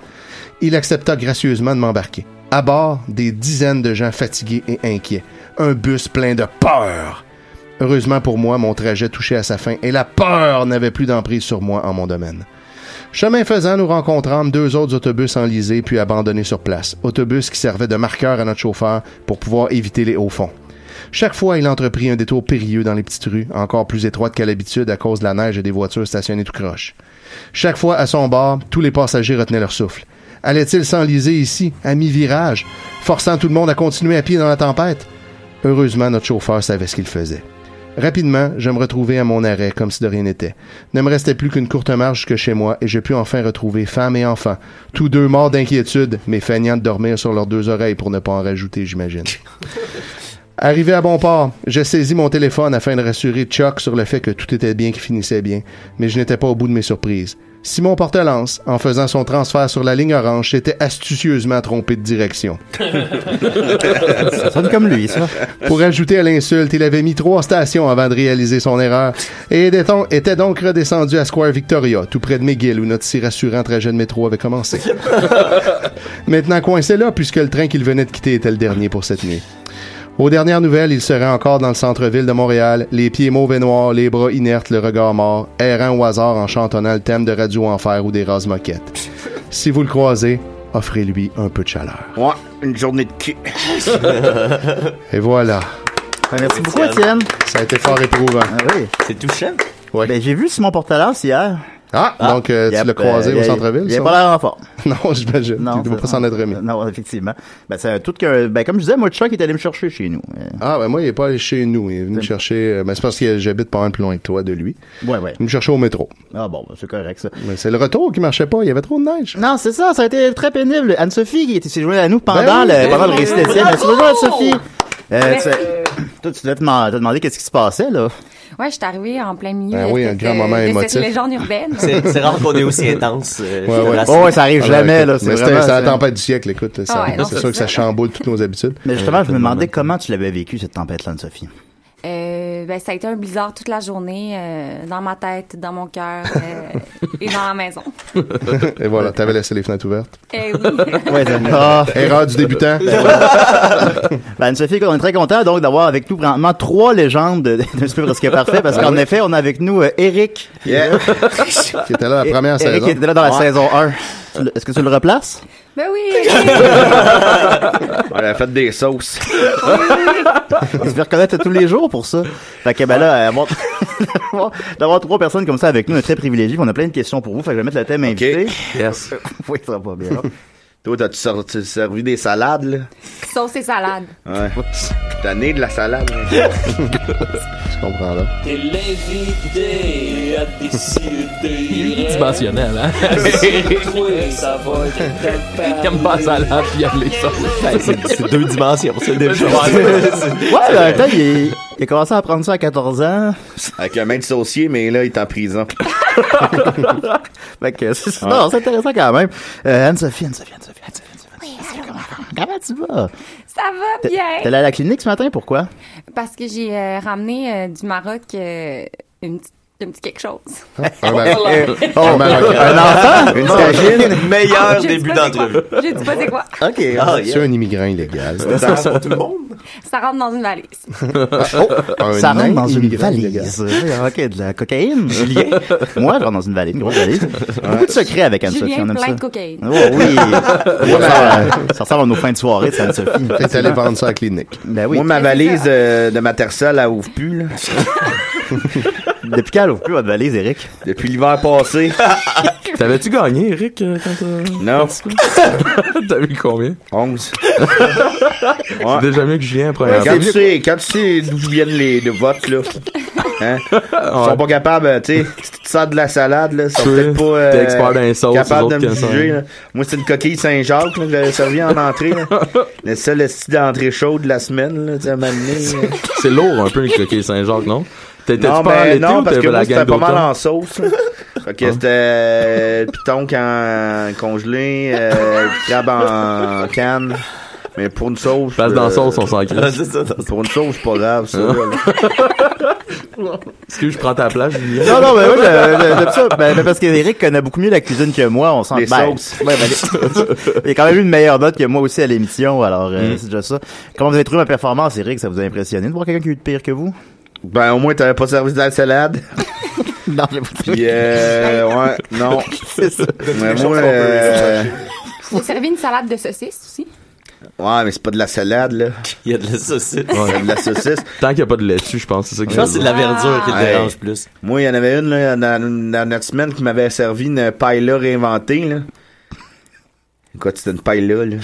S5: il accepta gracieusement de m'embarquer. À bord, des dizaines de gens fatigués et inquiets. Un bus plein de peur. Heureusement pour moi, mon trajet touchait à sa fin et la peur n'avait plus d'emprise sur moi en mon domaine. Chemin faisant, nous rencontrâmes deux autres autobus enlisés puis abandonnés sur place. Autobus qui servaient de marqueur à notre chauffeur pour pouvoir éviter les hauts fonds. Chaque fois, il entreprit un détour périlleux dans les petites rues, encore plus étroites qu'à l'habitude à cause de la neige et des voitures stationnées tout croche. Chaque fois, à son bord, tous les passagers retenaient leur souffle. Allait-il s'enliser ici, à mi-virage, forçant tout le monde à continuer à pied dans la tempête? Heureusement, notre chauffeur savait ce qu'il faisait. Rapidement, je me retrouvais à mon arrêt comme si de rien n'était. Ne me restait plus qu'une courte marche jusque chez moi et je pus enfin retrouver femme et enfant, tous deux morts d'inquiétude, mais feignant de dormir sur leurs deux oreilles pour ne pas en rajouter, j'imagine. Arrivé à bon port, je saisis mon téléphone afin de rassurer Chuck sur le fait que tout était bien qui finissait bien, mais je n'étais pas au bout de mes surprises. Simon Portelance, en faisant son transfert sur la ligne orange, s'était astucieusement trompé de direction.
S4: Ça sonne comme lui, ça.
S5: Pour ajouter à l'insulte, il avait mis trois stations avant de réaliser son erreur et était donc- était donc redescendu à Square Victoria, tout près de McGill, où notre si rassurant trajet de métro avait commencé. Maintenant coincé là, puisque le train qu'il venait de quitter était le dernier pour cette nuit. Aux dernières nouvelles, il serait encore dans le centre-ville de Montréal, les pieds mauvais noirs, les bras inertes, le regard mort, errant au hasard en chantonnant le thème de Radio Enfer ou des rases moquettes. Si vous le croisez, offrez-lui un peu de chaleur.
S10: Ouais, une journée de cul.
S5: Et voilà.
S4: Merci beaucoup, Étienne.
S5: Ça a été fort éprouvant.
S4: C'est touchant. Ben, j'ai vu Simon Portalas hier.
S5: Ah, donc euh,
S4: Yep,
S5: tu l'as croisé
S4: euh,
S5: au
S4: il-
S5: centre-ville?
S4: Il
S5: ça?
S4: a pas l'air en forme.
S5: Non, j'imagine. Il doit pas s'en être remis.
S4: Non, effectivement. Ben, c'est un tout qu'un, ben, comme je disais, moi, Chuck est allé me chercher chez nous. Euh,
S5: Ah, ben moi, il est pas allé chez nous. Il est venu me chercher. euh, Ben, c'est parce que j'habite pas mal plus loin que toi de lui.
S4: Ouais, ouais.
S5: Il me cherchait au métro.
S4: Ah bon, ben, c'est correct, ça.
S5: Mais c'est le retour qui marchait pas. Il y avait trop de neige.
S4: Non, c'est ça, ça a été très pénible. Anne-Sophie qui était s'est joignée à nous pendant
S5: Ben oui.
S4: le, pendant le
S5: Ben oui.
S4: récitatif. Merci beaucoup, Anne-Sophie. Euh,
S11: Merci.
S4: tu- toi, tu devais te demander, demander qu'est-ce qui se passait, là.
S11: Ouais, je suis arrivée en plein milieu
S4: Ben
S11: de,
S4: oui, un
S11: cette,
S4: grand
S11: euh,
S4: moment
S11: de cette
S4: émotif.
S11: légende urbaine.
S6: intense. euh,
S5: Ouais, ouais.
S4: Oh, ouais, ça arrive jamais, là.
S5: Mais
S4: C'est
S5: c'était
S4: vraiment,
S5: c'est la
S4: ça.
S5: tempête du siècle, écoute. ça-
S11: Ah ouais, non,
S5: c'est
S11: c'est
S5: sûr que ça chamboule toutes nos habitudes.
S4: Mais justement, je me demandais comment tu l'avais vécu, cette tempête-là, Anne-Sophie.
S11: Euh, ben, ça a été un blizzard toute la journée, euh, dans ma tête, dans mon cœur euh, et dans la maison.
S5: Et voilà, t'avais laissé les fenêtres ouvertes.
S11: Eh oui.
S4: Ouais, c'est- Ah.
S5: Erreur du débutant.
S4: Ben, Anne-Sophie, on est très content donc d'avoir avec nous présentement trois légendes de, de ce peu presque parfait parce
S5: Ah
S4: qu'en
S5: oui.
S4: effet, on a avec nous euh, Eric.
S5: Yeah. Qui était là la première
S4: Eric
S5: saison.
S4: qui était là dans la
S5: Ouais.
S4: saison 1. Tu le- Est-ce que tu le replaces?
S11: Ben oui.
S10: On a fait des sauces.
S4: Tu fais reconnaître tous les jours pour ça. Fait que ben là, euh, avoir- d'avoir- d'avoir trois personnes comme ça avec nous, on est très privilégié. puis On a plein de questions pour vous. Fait que je vais mettre le thème invité.
S10: Yes.
S4: oui, ça va pas bien.
S10: Toi, t'as-tu sorti- servi des salades, là?
S11: Sauce et salade.
S10: Ouais. T'as né de la salade. Je
S5: comprends, là.
S3: T'es l'invité à décider.
S7: Multidimensionnel, hein?
S3: ça va
S7: Il aime pas ça là, puis il aime les sauces.
S4: Ben,
S6: C'est deux dimensions, c'est déjà.
S4: ouais, ben, attends, il, est- il a commencé à apprendre ça à 14 ans.
S10: Avec le maître saucier, mais là, il est en prison.
S4: fait que c'est Non, c'est intéressant quand même. Euh, Anne-Sophie, Anne-Sophie, Anne-Sophie. Comment tu vas?
S11: Ça va
S4: T'es
S11: bien.
S4: t'es allée à la clinique ce matin, pourquoi?
S11: Parce que j'ai euh, ramené euh, du Maroc euh, une petite- un petit quelque chose.
S5: Un
S4: Ah, Euh,
S5: Un
S3: Oh,
S4: Maroc-
S5: Maroc-
S4: un oh, enfant?
S5: Une stagine?
S6: Meilleur
S11: J'ai dit
S6: début
S11: pas c'est
S6: d'entrevue.
S11: quoi. J'ai dit pas c'est quoi.
S4: OK.
S6: Ah,
S5: C'est un immigrant illégal.
S6: C'est ça, c'est pour tout le
S5: monde.
S11: Ça rentre dans une valise.
S9: Ah,
S3: Ah,
S9: oh,
S3: oh,
S4: ça rentre dans une valise. ok, de la cocaïne. Julien. Moi, je rentre dans une valise, une grosse valise. Beaucoup de secrets avec Anne-Sophie,
S11: Julien,
S4: on aime
S11: plein
S4: ça.
S11: de cocaïne.
S4: Oh oui. ça, ressemble à- ça ressemble à nos fins de soirée, ça, Anne-Sophie.
S5: T'es allé vendre ça à la clinique.
S4: Ben oui.
S10: Moi, ma valise euh, de Matercel, elle ouvre plus, là.
S4: Depuis quand elle ouvre plus votre valise, Eric?
S10: Depuis l'hiver passé.
S9: T'avais-tu gagné, Eric, euh, quand t'as.
S10: Non.
S9: T'as eu combien?
S10: 11.
S9: C'est déjà mieux que Julien, première
S10: Quand tu, sais, quand tu sais d'où viennent les, les votes, là, hein, ils sont pas capables, tu sais, si tu te sers de la salade, là, ils sont
S9: Tu
S10: peut-être pas euh,
S9: t'es expert dans les sauces,
S10: capables
S9: les
S10: de
S9: autres
S10: me
S9: qui en
S10: juger.
S9: sont.
S10: là. Moi, c'est une coquille Saint-Jacques, là, que j'avais servi en entrée. Là. Le seul esti d'entrée chaude de la semaine, là, tu sais, à un moment donné, là.
S9: C'est lourd un peu une coquille Saint-Jacques, non? T'étais-tu
S10: Non,
S9: pas en
S10: mais
S9: l'été
S10: non,
S9: ou
S10: parce que
S9: t'avais
S10: moi,
S9: la
S10: c'était
S9: gang
S10: pas mal en
S9: d'automne? Ah.
S10: sauce. là. Fait que c'était euh, piton can- congelé, euh, crabe en canne. Mais pour une sauce. euh,
S9: Parce que Ah, dans sauce, on s'en crisse.
S10: Pour une sauce, c'est pas grave, ça.
S9: Ah.
S10: là.
S9: Est-ce que je prends ta place, Julien?
S4: Non, non, ben oui, j'aime j'aime ça. Ben, ben, parce que Eric connaît beaucoup mieux la cuisine que moi, on sent
S9: Les
S4: ben,
S9: sauces.
S4: ouais, ben, les- Il a quand même eu une meilleure note que moi aussi à l'émission, alors euh,
S10: Mm.
S4: c'est déjà ça. Comment vous avez trouvé ma performance, Eric? Ça vous a impressionné de voir quelqu'un qui a eu de pire que vous?
S10: Ben, au moins, t'avais pas servi de la salade.
S4: non, j'ai pas
S10: Puis, euh, ouais, non.
S4: C'est ça.
S10: Mais
S4: Quelque
S10: moi,
S4: chose qu'on peut
S10: euh,
S11: J'ai servi une salade de saucisse aussi.
S10: ouais, mais c'est pas de la salade, là.
S6: Il y a de la saucisse.
S10: Il y a de la saucisse.
S9: Tant qu'il n'y a pas de laitue, je pense, c'est ça que
S6: Je pense que c'est de la verdure
S9: Ah,
S6: qui le
S10: Hey.
S6: dérange plus.
S10: Moi, il y en avait une, là, dans, dans notre semaine qui m'avait servi une paella réinventée, là. Quoi, c'était une paella, là.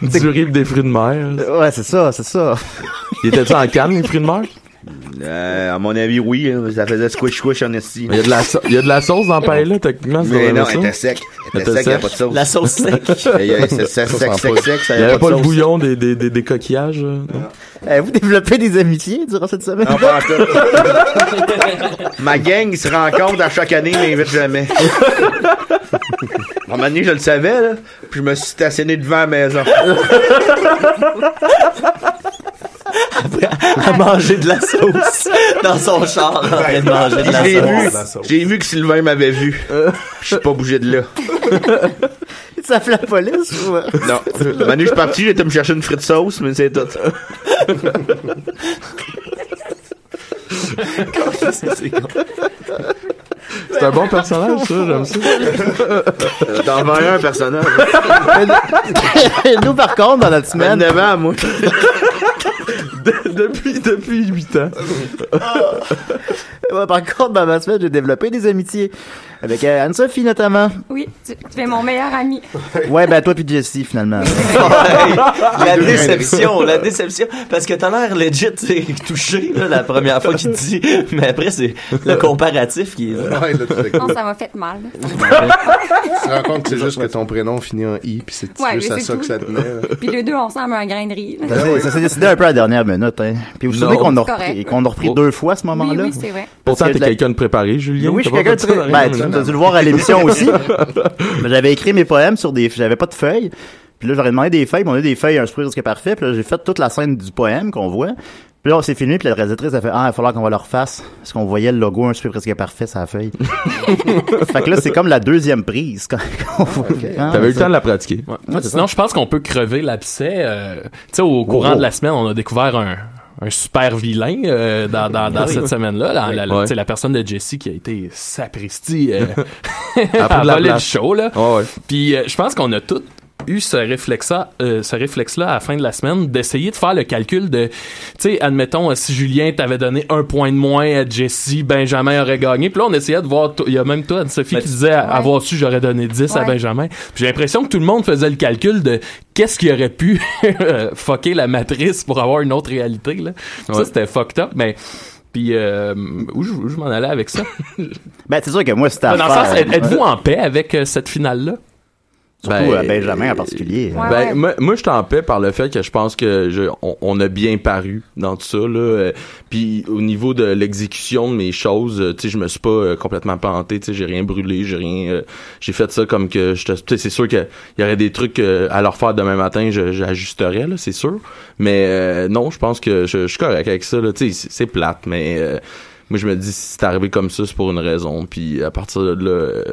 S9: Du riz pis des fruits de mer.
S4: Ouais, c'est ça, c'est ça.
S9: Il était en canne, les fruits de mer?
S10: Euh, à mon avis, oui, hein. ça faisait squish-squish en esti.
S9: Il y a de la, sau- il y a de la sauce dans la paella, techniquement. c'est
S10: Mais non,
S9: dans la
S10: elle
S9: sauce.
S10: était sec. Elle
S9: Elle
S10: était sec, il n'y a pas de sauce.
S6: La sauce sec.
S10: Il y a- c'est- c'est sec, sec, sec, ça
S9: Il
S10: avait
S9: y avait
S10: pas
S9: pas
S10: de
S9: le
S10: sauce.
S9: bouillon des, des, des, des coquillages. euh, non?
S4: Eh, vous développez des amitiés durant cette semaine?
S10: Non, pas en tout. Ma gang, ils se rencontrent à chaque année, mais ils m'invitent jamais. À un moment donné, je le savais, là, puis je me suis stationné devant la maison.
S6: À manger de la sauce dans son char en train de manger de
S10: J'ai vu,
S6: la sauce.
S10: j'ai vu que Sylvain m'avait vu. Je suis pas bougé de là.
S4: Ça fait la police? ou-
S10: Non. Manu, je suis parti, j'étais me chercher une frite sauce, mais c'est tout.
S9: C'est un bon personnage, ça, j'aime ça.
S6: Euh,
S10: T'en vends un personnage.
S4: Nous, par contre, dans notre semaine.
S10: 29 ans, moi.
S9: depuis, depuis 8 ans.
S4: Ah. Ouais, par contre, dans ma semaine, j'ai développé des amitiés. Avec euh, Anne-Sophie, notamment.
S11: Oui, tu, tu es mon meilleur ami.
S4: Ouais, ben toi puis Jessie, finalement.
S6: La déception, la déception. Parce que t'as l'air legit tu sais, touché là, la première fois qu'il te dit. Mais après, c'est le comparatif qui est là.
S11: Non, ça m'a fait mal.
S5: Tu te rends compte que c'est juste que ton prénom finit en I, puis c'est
S11: Ouais, mais
S5: juste à
S11: c'est
S5: ça
S11: tout.
S5: que ça tenait. là.
S11: Puis les deux, on semble un grain de riz. là.
S4: Ça s'est- Ben ça s'est décidé un peu à la dernière minute, hein. Puis vous vous souvenez
S9: Non.
S4: qu'on a
S11: C'est
S4: repris,
S11: correct.
S4: qu'on a
S5: Oh.
S4: repris deux fois à ce
S11: Oui,
S4: moment-là?
S11: oui, c'est vrai.
S9: Pourtant,
S4: Parce que
S9: t'es
S4: la-
S9: quelqu'un de préparé, Julien.
S4: Oui, je
S9: T'as
S4: suis quelqu'un
S9: pas fait ça dans
S4: de
S9: la
S4: Ben,
S9: même
S4: tu as
S9: minute.
S4: dû le voir à l'émission aussi. Mais J'avais écrit mes poèmes sur des. J'avais pas de feuilles. Puis là, j'aurais demandé des feuilles, mais on a des feuilles, un sprint jusqu'à parfait. Puis là, j'ai fait toute la scène du poème qu'on voit. Puis là, on s'est fini, puis la réalisatrice a fait Ah, il va falloir qu'on va le refasse. Parce qu'on voyait le logo un sprint presque parfait sur la feuille. fait que là, c'est comme la deuxième prise. Quand, qu'on voit. Ah,
S9: T'avais eu le
S4: ça.
S9: temps de la pratiquer.
S4: Ouais, c'est ça.
S7: Sinon, je pense qu'on peut crever l'abcès. euh, tu sais, au courant
S9: Oh.
S7: de la semaine, on a découvert un, un super vilain euh, dans, dans- dans
S9: Oui.
S7: cette semaine-là. La, la- la-
S9: Ouais.
S7: tu sais, la personne de Jesse qui a été sapristi. Euh,
S9: Elle a pris
S7: à
S9: de la
S7: voler le
S9: place.
S7: show, là.
S9: Ouais, ouais.
S7: Puis euh, je pense qu'on a tous eu ce réflexe-là, euh, ce réflexe-là à la fin de la semaine d'essayer de faire le calcul de, tu sais, admettons, euh, si Julien t'avait donné un point de moins à Jesse, Benjamin aurait gagné. Puis là, on essayait de voir, t- il y a même toi, Anne-Sophie, qui disait, avoir su, j'aurais donné 10 à
S11: Ouais.
S7: Benjamin. Puis j'ai l'impression que tout le monde faisait le calcul de qu'est-ce qui aurait pu euh, fucker la matrice pour avoir une autre réalité, là. Puis Ça,
S9: Ouais.
S7: c'était fucked up, mais... Puis, euh, où je, où je m'en allais avec ça?
S4: Ben, c'est sûr que moi, c'était à
S7: Dans le sens,
S4: faire.
S7: êtes- êtes-vous en paix avec euh, cette finale-là?
S4: Surtout à Benjamin en particulier.
S7: Ouais,
S9: Ben,
S7: ouais.
S9: Moi, moi, je suis en paix par le fait que je pense que je- on, on a bien paru dans tout ça. Là. Euh, Puis au niveau de l'exécution de mes choses, euh, tu sais, je me suis pas euh, complètement planté. Tu sais, j'ai rien brûlé, j'ai rien. euh, j'ai fait ça comme que je. C'est sûr qu'il y aurait des trucs euh, à leur faire demain matin, je- j'ajusterais là, c'est sûr. Mais euh, non, je pense que je je suis correct avec ça. là. Tu sais, c'est c'est plate, mais. euh, moi, je me dis, si c'est arrivé comme ça, c'est pour une raison. Puis à partir de là, euh,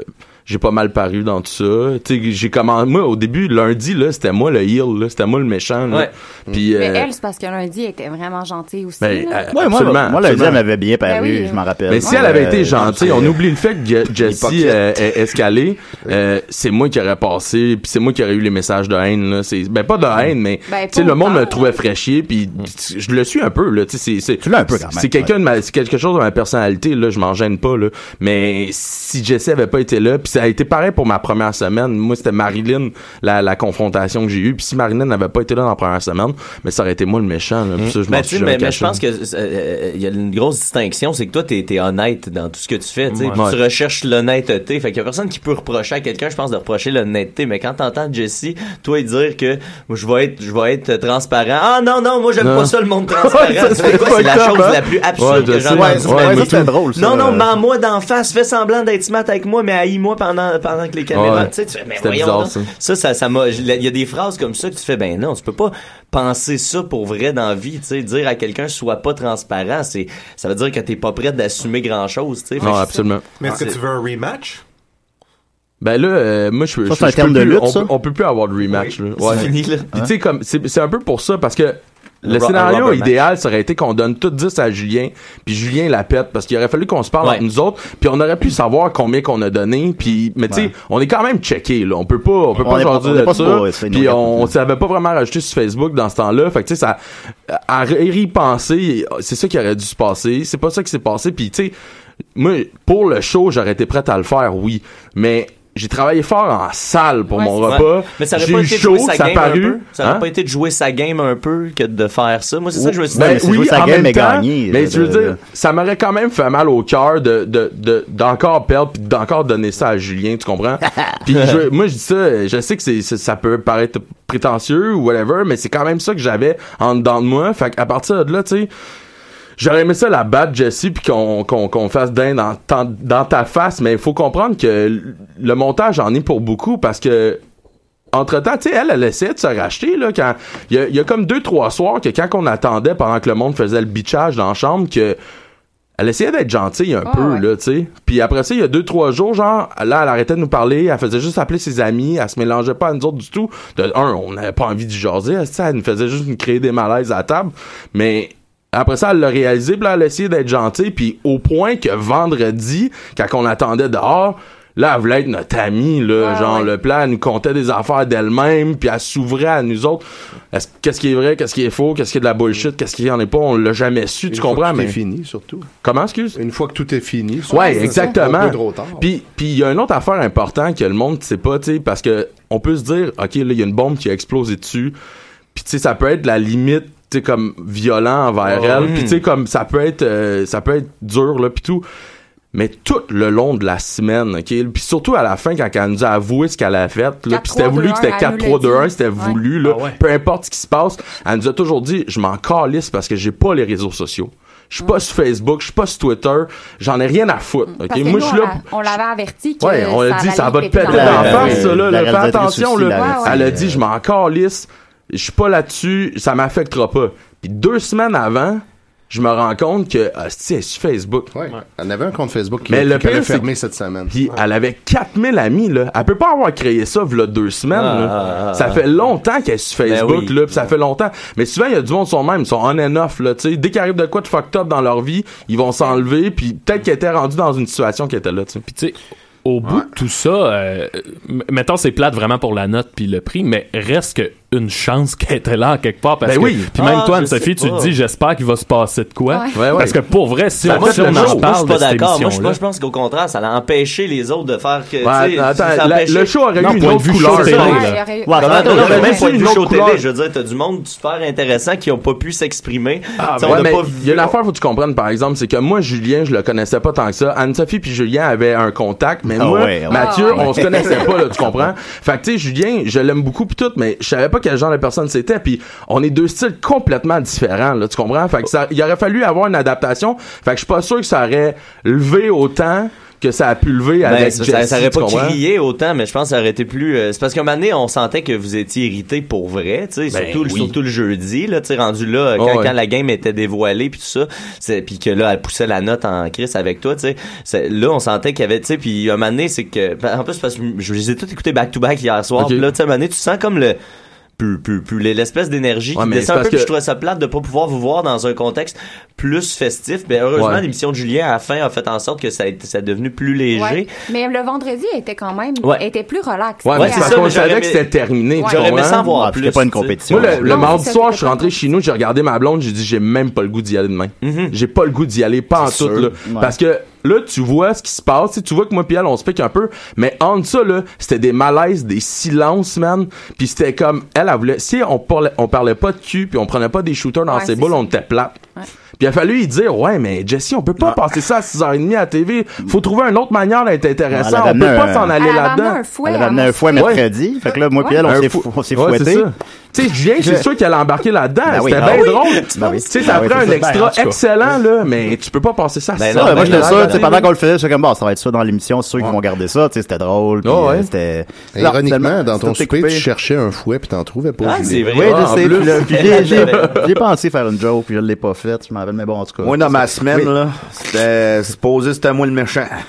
S9: j'ai pas mal paru dans tout ça. Tu sais, j'ai commencé. Moi, au début, lundi, là, c'était moi le heel, là, c'était moi le méchant. Là.
S6: Ouais.
S9: Puis,
S11: Mais
S9: euh,
S11: elle, c'est parce que lundi, elle était vraiment gentille aussi.
S9: ben,
S11: là.
S9: euh,
S4: Ouais, moi,
S9: absolument,
S4: moi, lundi,
S9: absolument.
S4: elle m'avait bien paru,
S11: Ben oui.
S4: je m'en rappelle.
S9: Mais si elle avait été
S4: Euh,
S9: gentille, on oublie le fait que Je- Jessie euh, est escalée. euh, c'est moi qui aurais passé, puis c'est moi qui aurais eu les messages de haine. Là. C'est- Ben, pas de haine, mais
S11: Ben,
S9: tu sais,
S11: pas
S9: le monde me trouvait fraîchier, puis je le suis un peu. Là. Tu sais, c'est, c'est, tu l'as un
S4: peu, quand même,
S9: C'est, quelqu'un de ma- c'est quelque chose de ma personnalité, là, je m'en gêne pas. Là. Mais si Jessie avait pas été là, puis ça a été pareil pour ma première semaine. Moi, c'était Marilyn, la, la confrontation que j'ai eue. Puis si Marilyn n'avait pas été là dans la première semaine, mais ça aurait été moi le méchant. Là. Puis ça, je m'en
S6: Mais, Ben, tu
S9: suis
S6: sais, mais,
S9: jamais
S6: mais je
S9: caché.
S6: pense que euh, il y a une grosse distinction, c'est que toi t'es es honnête dans tout ce que tu fais. tu sais.
S9: Ouais.
S6: Tu
S9: Ouais.
S6: recherches l'honnêteté. Fait qu'il y a personne qui peut reprocher à quelqu'un, je pense, de reprocher l'honnêteté. Mais quand t'entends Jesse, toi dire que moi, je vais être je vais être transparent. Ah non non, moi j'aime
S9: Non.
S6: pas ça le monde transparent.
S9: Ouais, ça,
S6: Tu fais quoi?
S9: c'est
S6: c'est la
S9: fucked up,
S6: chose
S9: hein?
S6: la plus absurde
S9: Ouais, je
S6: que
S9: sais.
S6: j'ai entendue.
S9: Ouais, ouais, Ouais, mais ça, c'est tout. drôle, ça.
S6: Non non, mens-moi d'en face, fais semblant d'être smart avec moi, mais haïs-moi pis pendant, pendant que les caméras.
S9: Ouais.
S6: Tu sais, tu fais, mais
S9: C'était
S6: voyons.
S9: bizarre,
S6: donc. ça.
S9: ça.
S6: ça, ça, m'a. Il y a des phrases comme ça que tu fais, ben non, tu peux pas penser ça pour vrai dans la vie. Tu sais, dire à quelqu'un, sois pas transparent, c'est, ça veut dire que t'es pas prêt d'assumer grand chose. Tu sais,
S9: Non,
S6: Fait que-
S9: absolument.
S8: Mais est-ce que tu veux un rematch?
S9: Ben là, euh, moi, je, je,
S6: Ça, c'est un
S9: je
S6: terme
S9: peux
S6: de
S9: plus-
S6: lutte,
S9: on,
S6: ça?
S9: peut- on peut plus avoir de rematch.
S6: Oui.
S9: là.
S6: C'est fini, là.
S9: Puis tu sais, comme, c'est c'est un peu pour ça, parce que le
S6: Ro- un
S9: scénario
S6: rubber match.
S9: idéal, ça aurait été qu'on donne tout 10 à Julien, puis Julien la pète, parce qu'il aurait fallu qu'on se parle
S6: Ouais.
S9: entre nous autres, puis on aurait pu savoir combien qu'on a donné, puis, mais tu sais,
S6: Ouais.
S9: on est quand même checké, là. On peut pas, on peut
S6: On
S9: pas
S6: est pas-
S9: jaser
S6: on est
S9: de
S6: pas
S9: ça.
S6: supposé, c'est une
S9: Puis
S6: vraie
S9: on, on savait pas vraiment rajouté sur Facebook dans ce temps-là. Fait que tu sais, ça, à y penser, c'est ça qui aurait dû se passer. C'est pas ça qui s'est passé. Puis tu sais, moi, pour le show, j'aurais été prêt à le faire, oui. Mais j'ai travaillé fort en salle pour mon
S6: Ouais.
S9: repas.
S6: Mais ça aurait
S9: J'ai
S6: pas
S9: eu
S6: été de
S9: chaud,
S6: jouer sa
S9: ça a
S6: game
S9: paru.
S6: un peu. Ça aurait
S9: Hein?
S6: pas été de jouer sa game un peu que de faire ça. Moi, c'est ça que je me suis dit.
S9: Ben oui, en même temps, Mais je veux dire, ça m'aurait quand même fait mal au cœur de, de, de- d'encore perdre puis d'encore donner ça à Julien, tu comprends? puis je- moi, je dis ça, je sais que c'est, c'est- ça peut paraître prétentieux ou whatever, mais c'est quand même ça que j'avais en dedans de moi. Fait qu'à partir de là, tu sais, J'aurais aimé ça la battre, Jesse, puis qu'on qu'on qu'on fasse dingue dans, ta- dans ta face, mais il faut comprendre que l- le montage en est pour beaucoup parce que entre-temps, tu sais, elle, elle essayait de se racheter, là, quand... Il y a, il y a comme deux, trois soirs que quand on attendait pendant que le monde faisait le bitchage dans la chambre, que... Elle essayait d'être gentille un peu, là, tu sais. Puis après ça, il y a deux, trois jours, genre, là, elle arrêtait de nous parler, elle faisait juste appeler ses amis, elle se mélangeait pas à nous autres du tout. De un, on n'avait pas envie de jaser, elle, ça, elle nous faisait juste nous créer des malaises à la table. Mais après ça, elle l'a réalisé, puis là, elle a essayé d'être gentille, puis au point que vendredi, quand on attendait dehors, Là, elle voulait être notre amie, là. genre, le plan, elle nous contait des affaires d'elle-même, puis elle s'ouvrait à nous autres. Est-ce- Qu'est-ce qui est vrai, qu'est-ce qui est faux, qu'est-ce qui est de la bullshit, qu'est-ce qui en est pas, on l'a jamais su,
S5: Une
S9: tu
S5: fois que
S9: comprends,
S5: tout
S9: mais.
S5: est fini, surtout.
S9: Comment, excuse?
S5: Une fois que tout est fini. surtout,
S9: Ouais,
S5: c'est un
S9: exactement.
S5: peu trop tard.
S9: Puis puis il y a une autre affaire importante que le monde sait pas, tu sais, parce que on peut se dire OK, là il y a une bombe qui a explosé dessus. Puis tu sais ça peut être la limite tu sais comme violent envers
S6: Oh.
S9: elle, puis tu sais comme ça peut être euh, ça peut être dur là puis tout. Mais tout le long de la semaine, OK, puis surtout à la fin quand elle nous a avoué ce qu'elle a fait là, puis c'était
S6: 4-3-2-1,
S9: voulu que c'était
S6: elle
S9: 4
S6: nous l'a
S9: 3 2 1,
S6: dit.
S9: c'était
S6: Ouais.
S9: voulu
S11: Ah
S9: là, peu importe ce qui se passe, elle nous a toujours dit je m'en calisse parce que j'ai pas les réseaux sociaux. Je suis pas sur Facebook, je suis pas sur Twitter, j'en ai rien à foutre. OK,
S11: Mm. Parce que
S9: moi
S11: nous,
S9: je
S11: on
S9: suis là
S11: l'a- On l'avait averti que
S9: Ouais, on a dit,
S11: allait
S9: ça va te
S11: péter
S9: péter
S11: dans
S9: dans
S11: la
S9: la
S11: gueule.
S9: face,
S6: la
S9: ça, là. là, Fais
S6: réalisatrice
S9: attention,
S6: aussi
S9: là.
S6: l'a réussi.
S9: Elle
S6: Ouais,
S9: a
S6: ouais.
S9: dit, je m'en calisse. Je suis pas là-dessus. Ça m'affectera pas. Puis deux semaines avant, je me rends compte que, ah, si, elle est sur Facebook.
S5: Elle avait un compte Facebook qui,
S9: Mais le
S5: qu'elle a
S9: pire, c'est
S5: fermé cette semaine.
S9: Puis elle avait 4000 amis, là. Elle peut pas avoir créé ça, v'là deux semaines,
S6: Ah,
S9: là.
S6: ah, ah,
S9: ça
S6: ah.
S9: fait longtemps qu'elle est sur Facebook,
S6: Ben oui.
S9: là, pis ça fait longtemps. Mais souvent, il y a du monde qui sont même, ils sont on and off, là, tu sais. Dès qu'il arrive de quoi de fucked up dans leur vie, ils vont s'enlever, puis peut-être qu'ils étaient rendus dans une situation qui était là, tu sais.
S7: tu sais, au bout de tout ça, euh, m- mettons c'est plate vraiment pour la note puis le prix, mais reste que une chance qu'elle était là en quelque part parce
S9: Ben
S7: que
S9: oui.
S7: puis même
S9: Ah,
S7: toi
S9: je
S7: Anne-Sophie
S9: sais
S7: tu
S9: pas.
S7: te dis j'espère qu'il va se passer de quoi
S9: Ouais. Ouais, ouais.
S7: parce que pour vrai si
S6: Ben,
S7: on,
S6: moi,
S7: si
S6: je
S7: on
S6: moi, je
S7: en
S6: suis
S7: parle de
S6: pas
S7: cette
S6: d'accord.
S7: émission
S6: Moi, je- moi, je pense qu'au contraire, ça a empêché les autres de faire que.
S9: Ouais,
S6: tu sais,
S9: attends,
S6: ça a
S9: la-
S6: empêché-
S9: le show aurait Non, eu une point autre de vue couleur, show télé,
S6: Ouais,
S9: là.
S6: il aurait-
S9: Ouais,
S6: Comment
S9: attends,
S6: t'as-
S9: il aurait
S6: t'as
S9: même
S6: même
S9: pas
S6: point de
S9: une
S6: vue
S9: autre
S6: show
S9: couleur.
S6: télé. Je veux dire, t'as du monde super intéressant qui ont pas pu s'exprimer. Tu sais, on
S9: Ah, Ouais,
S6: a
S9: mais
S6: pas
S9: il y a une affaire faut que tu comprennes par exemple c'est que moi Julien je le connaissais pas tant que ça Anne-Sophie puis Julien avaient un contact mais
S6: Ah
S9: moi
S6: ouais, ouais.
S9: Mathieu
S6: Ah ouais.
S9: on se connaissait pas là tu comprends fait que tu sais Julien je l'aime beaucoup puis tout mais je savais pas quel genre de personne c'était puis on est deux styles complètement différents là tu comprends fait que ça il aurait fallu avoir une adaptation fait que je suis pas sûr que ça aurait levé autant que ça a pu lever
S6: Ben,
S9: avec
S6: ça,
S9: Jessie,
S6: ça aurait
S9: tu
S6: pas
S9: comprends?
S6: crié autant, mais je pense que ça aurait été plus. euh, c'est parce qu'à un moment donné, on sentait que vous étiez irrité pour vrai, tu sais,
S9: Ben
S6: surtout, le-
S9: oui.
S6: surtout le jeudi, là, tu sais, rendu là, euh, quand,
S9: Oh, ouais.
S6: quand la game était dévoilée, puis tout ça, c'est- puis que là, elle poussait la note en crise avec toi, tu sais. c'est- Là, on sentait qu'il y avait, tu sais, puis à un moment donné, c'est que. ben, En plus, parce que je les ai tous écoutés back-to-back hier soir,
S9: Ok.
S6: puis là, tu sais, à un moment donné, tu sens comme le. Plus, plus, plus, l'espèce d'énergie
S9: Ouais,
S6: qui
S9: mais c'est
S6: descend un peu,
S9: parce
S6: puis
S9: que-
S6: je trouvais ça plate de pas pouvoir vous voir dans un contexte plus festif. Mais heureusement,
S9: Ouais.
S6: l'émission de Julien à la fin a fait en sorte que ça a, été- ça a devenu plus léger.
S11: Ouais. Mais le vendredi, elle était quand même,
S6: Ouais.
S11: elle était plus relax.
S9: Ouais, mais c'est parce
S6: ça,
S9: qu'on
S6: mais j'aurais
S9: savait
S6: aimé-
S9: que c'était terminé. tu
S6: J'aurais aimé
S9: comprends?
S6: s'en voir Ouais, plus, Ah, c'était pas une tu sais. compétition.
S9: Moi, le, le
S6: Non,
S9: mardi
S6: c'est Mhm. ça,
S9: soir, je suis rentré chez nous, j'ai regardé ma blonde, j'ai dit, j'ai même pas le goût d'y aller demain. J'ai pas le goût d'y aller, pas en
S6: C'est
S9: tout,
S6: sûr.
S9: là.
S6: Ouais.
S9: Parce que, là, tu vois ce qui se passe, tu sais, tu vois que moi pis elle, on se pique un peu, mais en ça, là, c'était des malaises, des silences, man, puis c'était comme, elle, elle voulait, si on parlait, on parlait pas de cul, puis on prenait pas des shooters dans
S6: Ouais,
S9: ses
S6: c'est
S9: boules,
S6: ça.
S9: on était plat. Puis il a fallu y dire, ouais, mais Jesse, on peut pas passer ça à 6h30 à TV. Faut trouver une autre manière d'être intéressant.
S4: Elle
S9: On peut
S4: avait
S9: pas
S4: un- hein,
S9: s'en aller
S4: Elle avait
S9: là-dedans.
S6: hein,
S4: amené un fouet Elle avait amené un à fouet Moscou. mercredi. Fait que là, moi puis elle, on
S9: Un
S4: s'est
S9: fou-
S4: fou- on s'est
S9: Ouais,
S4: fouettés.
S9: c'est ça. Tu sais, Julien, c'est sûr qu'il allait embarquer là-dedans.
S4: Ben oui,
S9: C'était
S4: ah
S9: bien
S4: oui.
S9: drôle.
S4: Ben oui.
S9: Tu sais,
S4: Ah
S9: ça
S4: oui, c'est
S9: prend un
S4: ça. Ben, en
S9: extra
S4: tout cas.
S9: excellent, là, mais tu peux pas passer ça.
S4: Ben
S9: ça,
S4: non, mais moi,
S9: ben
S4: j'étais
S9: là,
S4: sûr, tu
S9: là,
S4: sais, pendant qu'on le faisait, j'étais comme, bon, ça va être ça dans l'émission, c'est sûr qu'ils vont garder ça, tu sais, c'était drôle, puis,
S5: Ah ouais.
S4: euh, c'était...
S5: Et
S4: Non,
S5: Ironiquement,
S4: finalement,
S5: dans ton
S4: c'était
S5: souper,
S4: coupé.
S5: tu cherchais un fouet puis t'en trouvais pas.
S4: Ah,
S5: Julien.
S4: c'est vrai. Oui, je sais, puis là, puis j'ai- j'ai- j'ai pensé faire une joke, puis je l'ai pas faite, je m'en rappelle, mais bon, en tout cas.
S10: Moi, dans ma
S4: Ça-
S10: semaine,
S4: Oui.
S10: là, c'était supposé c'était moi le méchant.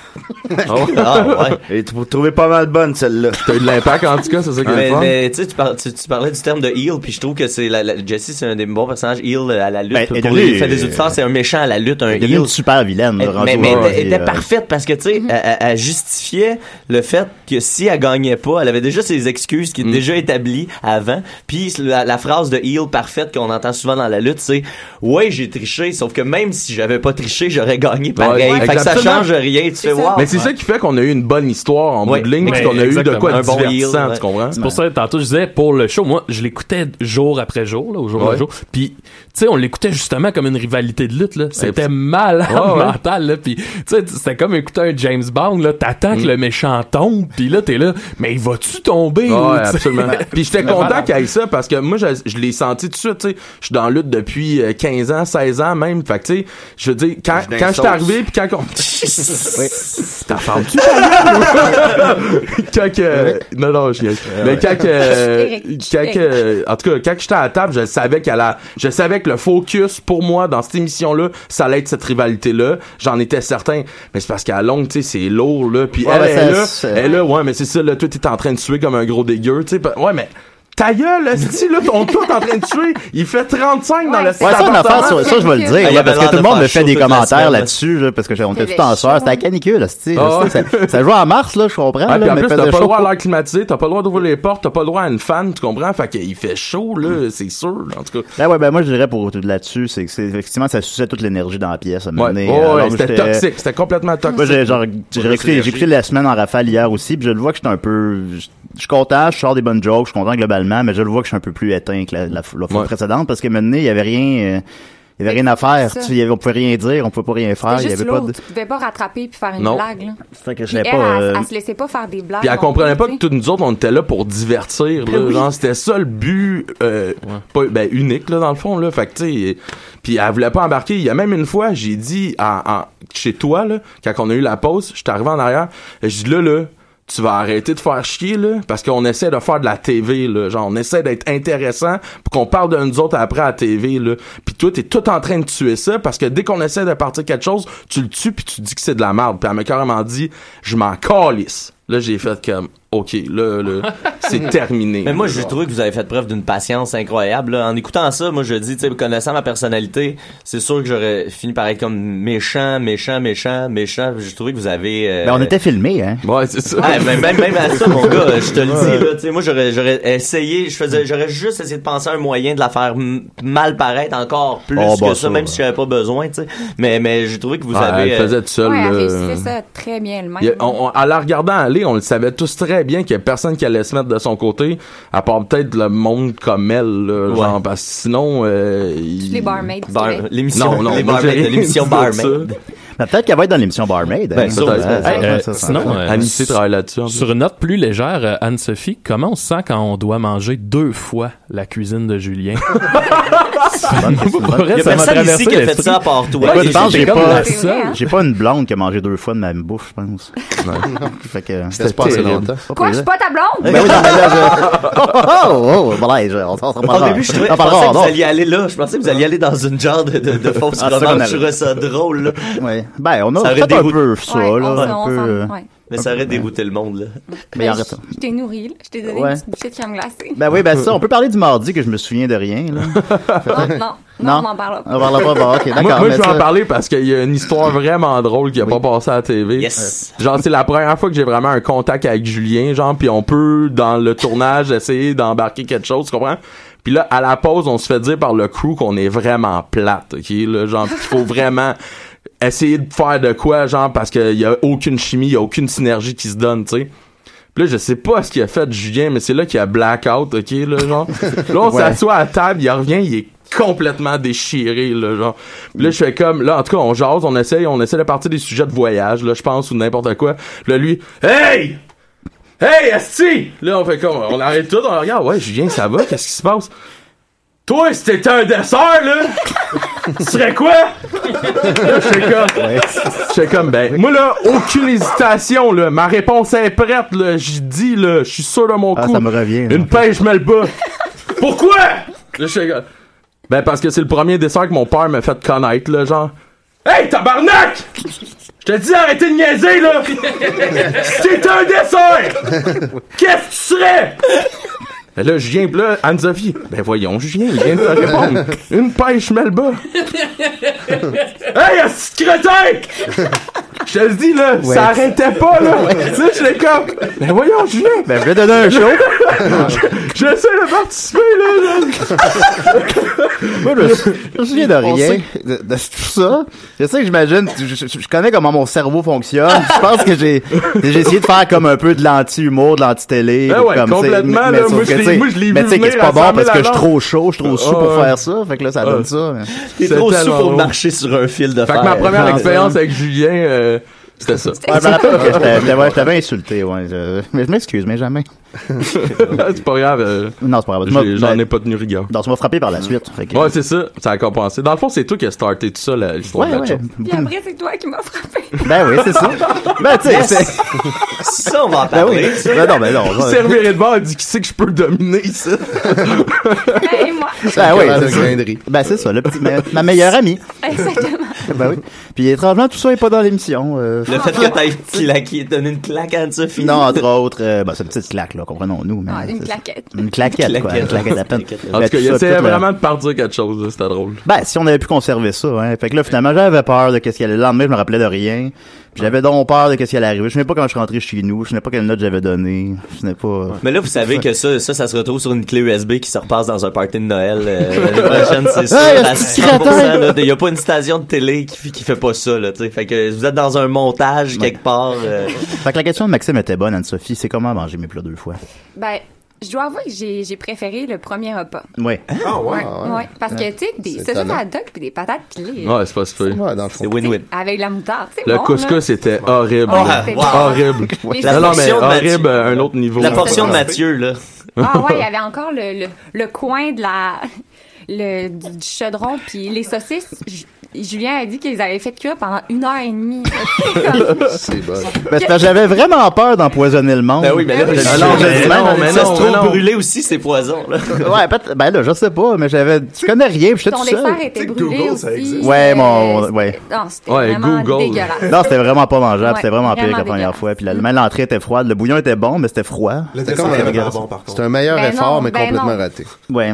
S6: Ah, ouais.
S10: Et tu trouvais pas mal bonne, celle-là.
S9: T'as eu de l'impact, en tout cas, c'est ça
S10: est
S6: mais, mais, tu sais, tu, parles- tu- tu parlais du terme de heel, puis je trouve que c'est la, la- Jesse, c'est un des bons personnages heel à la lutte.
S4: Ben, elle
S6: pour
S4: est-
S6: les faits
S9: euh,
S6: des auditeurs, c'est un méchant à la lutte, un
S4: Elle est devenue
S6: heel.
S4: une super vilaine,
S6: Elle-
S4: rendu
S6: mais
S4: au-
S6: mais
S4: ouais,
S6: elle était
S4: euh,
S6: parfaite parce que, tu sais,
S9: Mm-hmm.
S6: elle- elle, elle justifiait le fait que si elle gagnait pas, elle avait déjà ses excuses
S9: Mm.
S6: qui étaient déjà établies avant. Puis la, la phrase de heel parfaite qu'on entend souvent dans la lutte, c'est Ouais, j'ai triché, sauf que même si j'avais pas triché, j'aurais gagné pareil.
S9: Ouais,
S6: fait que ça
S9: exactement.
S6: change rien. Tu fais wow.
S9: Mais c'est ça qui fait qu'on a eu une bonne histoire en bout de ligne, puis qu'on a eu de quoi de divertissant, tu comprends?
S7: C'est pour ça, tantôt, je disais, pour le show, moi, je l'écoutais jour après jour, là, au jour
S9: Ouais.
S7: le jour. Puis, tu sais, on l'écoutait justement comme une rivalité de lutte, là. C'était
S9: puis-
S7: mal
S9: Ouais, ouais.
S7: mental, là. Puis, tu sais, c'était comme écouter un James Bond, là. T'attends
S9: Mm.
S7: que le méchant tombe, puis là, t'es là, mais il va-tu tomber?
S9: Ah
S7: ou,
S9: ouais,
S7: tu sais?
S9: absolument. Puis j'étais
S7: Mais
S9: content
S7: malade.
S9: qu'il y ait ça parce que moi, je, je l'ai senti tout de suite. tu sais. Je suis dans la lutte depuis euh, 15 ans, 16 ans même. Fait que tu sais, je veux dire, quand,
S7: dans
S9: quand
S7: la
S9: je suis
S7: sauce.
S9: arrivé, puis quand on. Ouais. T'en parles-tu? quand que.
S4: Euh,
S9: Non, non, je niaise. Mais quand que.
S7: ouais.
S9: quand que- En tout cas, quand que j'étais à la table, je savais qu'elle a. Je savais que le focus pour moi dans cette émission-là, ça allait être cette rivalité-là. J'en étais certain. Mais c'est parce qu'à la longue, tu sais, c'est lourd, là. Puis
S4: Ouais,
S9: elle,
S4: ben,
S9: elle,
S4: ça-
S9: là,
S4: ça-
S9: elle, là, ouais, mais c'est ça, là, toi, t'es en train de tuer comme un gros dégueu, tu sais. pa- Ouais, mais. Ta gueule, esti, là, ton toi, t'es en train de tuer. Il fait 35 dans le
S4: Ouais, ça, une affaire sur ça, je vais le
S9: Ah,
S4: dire, là, parce que tout le monde me fait des commentaires
S9: là-dessus.
S4: là-dessus, là, parce que j'ai- on était
S9: C'était
S4: tout en soir, c'était la canicule, là, c'est- ça, ça joue en mars, là, je comprends,
S9: Ah,
S4: là,
S9: puis en
S4: mais
S9: plus,
S4: faisait
S9: t'as pas le
S4: chaud.
S9: droit à l'air climatisé, t'as pas le droit d'ouvrir les portes, t'as pas le droit à une fan, tu comprends? Fait qu'il fait chaud,
S4: Hmm.
S9: là, c'est sûr, en tout cas.
S4: Ben ouais, ben moi je dirais pour là-dessus, c'est que c'est effectivement ça suçait toute l'énergie dans la pièce. à un moment
S9: Ouais,
S4: donné.
S9: ouais, ouais,
S4: Alors,
S9: c'était
S4: j'étais-
S9: toxique, c'était complètement toxique.
S4: Moi j'ai genre j'ai
S9: Ouais,
S4: écouté,
S9: c'est
S4: j'ai écouté la semaine en rafale hier aussi, puis je le vois que j'étais un peu je je suis content, je sors des bonnes jokes, je suis content globalement, mais je le vois que je suis un peu plus éteint que la, la, la fois précédente parce que maintenant il y avait rien euh, il y avait rien à faire,
S11: c'est ça.
S4: tu, il y avait, on pouvait rien dire, on pouvait pas rien faire,
S11: C'était
S4: Ah, il y
S11: juste
S4: avait pas
S11: l'autre.
S4: de
S11: Tu pouvais pas rattraper puis faire une
S9: Non.
S11: blague. Là.
S4: fait que
S11: Puis
S4: je
S11: elle,
S9: savais
S11: elle,
S9: pas, euh,
S11: elle se laissait pas faire des blagues.
S9: Puis elle
S11: non
S9: comprenait pas
S11: plus,
S9: que toutes nous autres, on était là pour divertir.
S11: Ben
S9: là.
S11: oui.
S9: Genre, c'était ça le but euh, pas, ben, unique, là, dans le fond. Là. Fait que, tu sais, puis elle voulait pas embarquer. Il y a même une fois, j'ai dit à- à- chez toi, là, quand on a eu la pause, je suis arrivé en arrière, j'ai dit là, là, tu vas arrêter de faire chier, là, parce qu'on essaie de faire de la TV, là. Genre, on essaie d'être intéressant pour qu'on parle de nous autres après à la TV, là. Puis toi, t'es tout en train de tuer ça, parce que dès qu'on essaie de partir quelque chose, tu le tues puis tu dis que c'est de la merde. Puis elle m'a carrément dit, je m'en calisse. Là, j'ai fait comme, OK, là, là, c'est terminé.
S6: Hmm. Mais moi,
S9: Là,
S6: j'ai
S9: genre.
S6: trouvé que vous avez fait preuve d'une patience incroyable. là. En écoutant ça, moi, je dis, tu sais, connaissant ma personnalité, c'est sûr que j'aurais fini par être comme méchant, méchant, méchant, méchant. J'ai trouvé que vous avez. euh,
S4: Ben, on était filmé hein.
S9: Ouais, c'est ça.
S6: Ouais, ben, même, même à ça, mon gars, je te le dis, là, tu sais, moi, j'aurais, j'aurais essayé, je faisais, j'aurais juste essayé de penser à un moyen de la faire m- mal paraître encore plus
S9: Oh,
S6: que
S9: bah,
S6: ça,
S9: ça,
S6: même
S9: ouais.
S6: si j'avais pas besoin, tu sais. Mais, mais j'ai trouvé que vous
S9: Ah,
S6: avez.
S9: elle
S6: euh,
S9: faisait tout
S11: tu sais.
S9: seul.
S11: Ouais, elle
S9: là.
S11: réussissait ça très bien elle-même.
S9: Il y a- on- on- en la regardant aller, on le savait tous très bien qu'il y a personne qui allait se mettre de son côté, à part peut-être le monde comme elle, là, genre, parce que sinon... euh, il-
S11: Les barmaids. du
S9: Bar-
S11: Québec.
S9: l'émission- Non, non, les moi, barmaids j'ai de rien l'émission dit de Barmaid. ça.
S4: Ben, peut-être qu'elle va être dans l'émission Barmaid.
S7: Ben,
S4: hein.
S7: sûr,
S4: Ouais,
S7: ben,
S4: ça,
S7: hey,
S4: ça,
S7: euh,
S4: ça, ça,
S7: sinon,
S4: ça.
S7: euh, Sur une note plus légère, euh, Anne-Sophie, comment on se sent quand on doit manger deux fois la cuisine de Julien?
S6: euh,
S4: Il
S7: euh, y a personne ici qui a fait ça à part toi.
S4: Écoute,
S7: J'ai-
S4: je pense que
S7: j'ai
S4: j'ai
S7: comme
S4: pas,
S7: la seule.
S4: j'ai pas une blonde qui a mangé deux fois de ma même bouffe, je pense. fait que,
S5: C'était pas assez
S4: terrible.
S5: longtemps.
S11: Quoi, je suis pas ta blonde?
S4: Ben oui, non, mais là, je... Oh, oh, oh, voilà, je... on s'en
S6: Au début, je, trouvais- je pensais que vous alliez aller là. Je pensais que vous alliez aller dans une genre de, de, de fausse
S4: Ah, ça, on
S6: romance.
S4: allait.
S6: Je trouvais ça drôle, là.
S4: Ouais. Ben, on a
S6: Ça aurait
S4: fait un
S6: dégoûté.
S4: peu ça,
S6: Ouais,
S4: là,
S6: on s'en-
S4: un
S6: on
S4: peu...
S6: s'en-
S4: euh,
S11: ouais.
S6: Mais ça aurait dégoûté le monde, là.
S4: Mais
S11: Ben,
S4: arrête.
S11: Je je t'ai nourri, là. je t'ai donné
S4: Ouais.
S11: une petite bouchée de crème glacée.
S4: Ben oui, ben ça, on peut parler du mardi que je me souviens de rien, là.
S11: Non, non, non, on en parle pas.
S4: On parlera pas, bon, ok, d'accord.
S9: Moi, moi,
S4: mais
S9: je vais
S4: ça-
S9: en parler parce qu'il y a une histoire vraiment drôle qui a pas passé à la TV.
S6: Yes.
S9: Genre, c'est la première fois que j'ai vraiment un contact avec Julien, genre, puis on peut, dans le tournage, essayer d'embarquer quelque chose, tu comprends? Puis là, à la pause, on se fait dire par le crew qu'on est vraiment plate, OK? Là, genre, qu'il faut vraiment essayer de faire de quoi, genre, parce qu'il y a aucune chimie, il y a aucune synergie qui se donne, tu sais. Puis là, je sais pas ce qu'il a fait Julien, mais c'est là qu'il a blackout, OK, là, genre. Là, on
S4: Ouais.
S9: s'assoit soit à table, il revient, il est complètement déchiré là genre Puis là je fais comme là en tout cas on jase on essaye on essaie de partir des sujets de voyage là je pense ou n'importe quoi Puis là lui hey Hey, Asti! Là, on fait comme, on arrête tout, on regarde, ouais, Julien, ça va, qu'est-ce qui se passe? Toi, si t'étais un dessert, là, tu serais quoi? là, j'étais comme, j'étais comme, ben, moi, là, aucune hésitation, là, ma réponse est prête, là, j'y dis, là, je suis sûr de mon coup.
S4: Ah, ça me revient, là.
S9: Une pêche, je me le bats. Pourquoi? Là, j'étais comme, ben, parce que c'est le premier dessert que mon père m'a fait connaître, là, genre. Hey, tabarnak! Je te dis arrêtez de niaiser, là! C'est un dessert! Qu'est-ce que tu serais? Ben là, Julien, pis là, Anne-Sophie. Ben voyons, Julien, il vient de te répondre. Une pêche melba. hey, asti de crétin! Je te le dis, là,
S3: Ouais.
S9: ça arrêtait pas, là! Tu sais, je l'ai comme. Ben voyons, Julien! Ben,
S4: Euh, je vais donner un show.
S9: J'essaie de participer, là! là.
S4: Moi, je me sou- je me souviens de
S9: On
S4: rien,
S9: sait.
S4: de, de tout ça. Je sais que j'imagine, je, je- je connais comment mon cerveau fonctionne. Je pense que j'ai j'ai essayé de faire comme un peu de l'anti-humour, de l'anti-télé.
S9: Ah ouais,
S4: comme, tu sais,
S9: complètement,
S4: mais
S9: là,
S4: sauf
S9: moi,
S4: que,
S9: je
S4: tu
S9: l'ai-
S4: sais,
S9: moi, je l'ai
S4: Mais
S9: vu
S4: tu sais que c'est
S9: venir à
S4: pas bon
S9: 100 000
S4: parce que je suis
S9: à
S4: trop
S9: l'heure.
S4: chaud, je suis trop sous
S9: Ah
S4: pour
S9: ouais.
S4: faire ça. Fait que là, ça donne
S9: Ah.
S4: ça. mais-
S9: T'es C'est trop sous tellement pour drôle. marcher
S6: sur un fil de
S9: Fait que ma première expérience avec Julien, euh, c'était ça.
S4: Ouais, je me rappelle ben, que j'étais- j'étais- ouais, je t'avais insulté, ouais. je- mais je m'excuse, mais jamais. Ben
S9: c'est pas grave. euh,
S4: Non, c'est pas grave. Tu
S9: j'ai-
S4: m'as-
S9: J'en
S4: ben,
S9: ai pas tenu rigueur.
S4: non, tu m'as frappé par la suite. fait que-
S9: Ouais, c'est ça. Ça a compensé. Dans le fond, c'est toi qui as starté tout ça, la- l'histoire
S4: Ouais,
S9: de la
S4: ouais.
S9: chose.
S11: Puis après, c'est toi qui m'as frappé.
S4: Ben oui, c'est ça. Ben, tu sais,
S9: Yes.
S4: c'est.
S6: Ça, on va en
S4: Ben oui.
S6: parler. ça.
S4: Ben non, ben non.
S9: Il s'est reviré de bord, il dit qui c'est que je peux dominer, ça.
S11: Hey, moi.
S4: Ben oui,
S5: Canal de
S4: c'est ça. Ben c'est ça, le petit- ma, ma meilleure amie.
S11: Exactement.
S4: Ben oui. Puis étrangement, tout ça est pas dans l'émission. euh.
S6: Le fait que t'aies claqué, donné une claque à Anne-Sophie.
S4: Non, entre autres, euh, ben, c'est une petite claque, là, comprenons-nous. Mais,
S6: Ah, une
S4: c'est-
S6: claquette.
S4: Une claquette, quoi. Une claquette à peine.
S9: En
S4: Ben,
S9: tout cas, il
S4: ça,
S9: essayait
S4: tout le-
S9: vraiment de partir quelque chose, là, c'était drôle.
S4: Ben, si on avait pu conserver ça, hein. Fait que là, finalement, j'avais peur de qu'est-ce qu'il y allait. Le lendemain, je me rappelais de rien. Puis j'avais donc peur de qu'est-ce qui allait arriver. Je sais même pas quand je suis rentré chez nous. Je sais même pas quelle note j'avais donnée. Je sais pas.
S6: Mais là, vous savez que ça, ça, ça se retrouve sur une clé USB qui se repasse dans un party de Noël euh, l'année prochaine, c'est sûr.
S4: Hey,
S6: à
S4: est-ce
S6: 100%,
S4: que tu crains?
S6: là, Il n'y a pas une station de télé qui, qui fait pas ça, là, tu sais. Fait que vous êtes dans un montage quelque part. euh,
S4: Fait que la question de Maxime était bonne, Anne-Sophie. C'est comment manger mes plats deux fois?
S11: Ben, je dois avouer que j'ai j'ai préféré le premier repas.
S4: Oui.
S5: Ah, ouais.
S11: Ouais, ouais. Parce que, tu sais, des
S5: C'est
S11: saucisses
S5: étonnant.
S11: à doc puis des patates pilées.
S9: Ouais, c'est pas super.
S5: C'est
S6: win-win.
S11: Avec la moutarde, c'est
S9: Le
S11: bon, là.
S9: couscous c'était horrible.
S11: Ah, wow.
S9: Horrible.
S11: Les
S9: Non, non, mais
S6: portions de Mathieu.
S9: horrible à un autre niveau.
S6: La portion de Mathieu, là.
S11: Ah ouais, il y avait encore le, le, le coin de la le du, du chaudron puis les saucisses. Ju- Julien a dit qu'ils avaient fait cuire pendant une heure et demie.
S5: C'est bon.
S4: Ben, c'est parce que j'avais vraiment peur d'empoisonner le monde.
S6: Ben oui, mais là,
S4: Je-
S6: mais
S4: je-
S6: non,
S4: Ah je-
S6: mais
S4: je-
S6: non,
S4: je-
S6: mais
S4: ça
S6: non,
S4: se
S6: mais
S4: trouve
S6: non.
S4: brûlé.
S6: brûler aussi ces poisons, là.
S4: Ouais, peut- ben là, je sais pas, mais j'avais, tu connais rien, puis j'étais
S11: Ton
S4: tout
S11: dessert
S4: seul.
S11: était brûlé aussi.
S4: Ouais, mon, ouais.
S11: Non, c'était
S4: Ouais,
S11: vraiment
S4: Google.
S11: dégueulasse.
S4: Non, c'était vraiment pas mangeable, c'était
S11: Ouais,
S4: vraiment pire que la
S11: vraiment
S4: première fois. Puis la, même l'entrée était froide, le bouillon était bon, mais c'était froid.
S5: Le C'était dessert comme un- était vraiment bon, par contre. c'était un meilleur
S11: Ben effort, non, mais ben complètement non.
S5: raté.
S4: Ouais.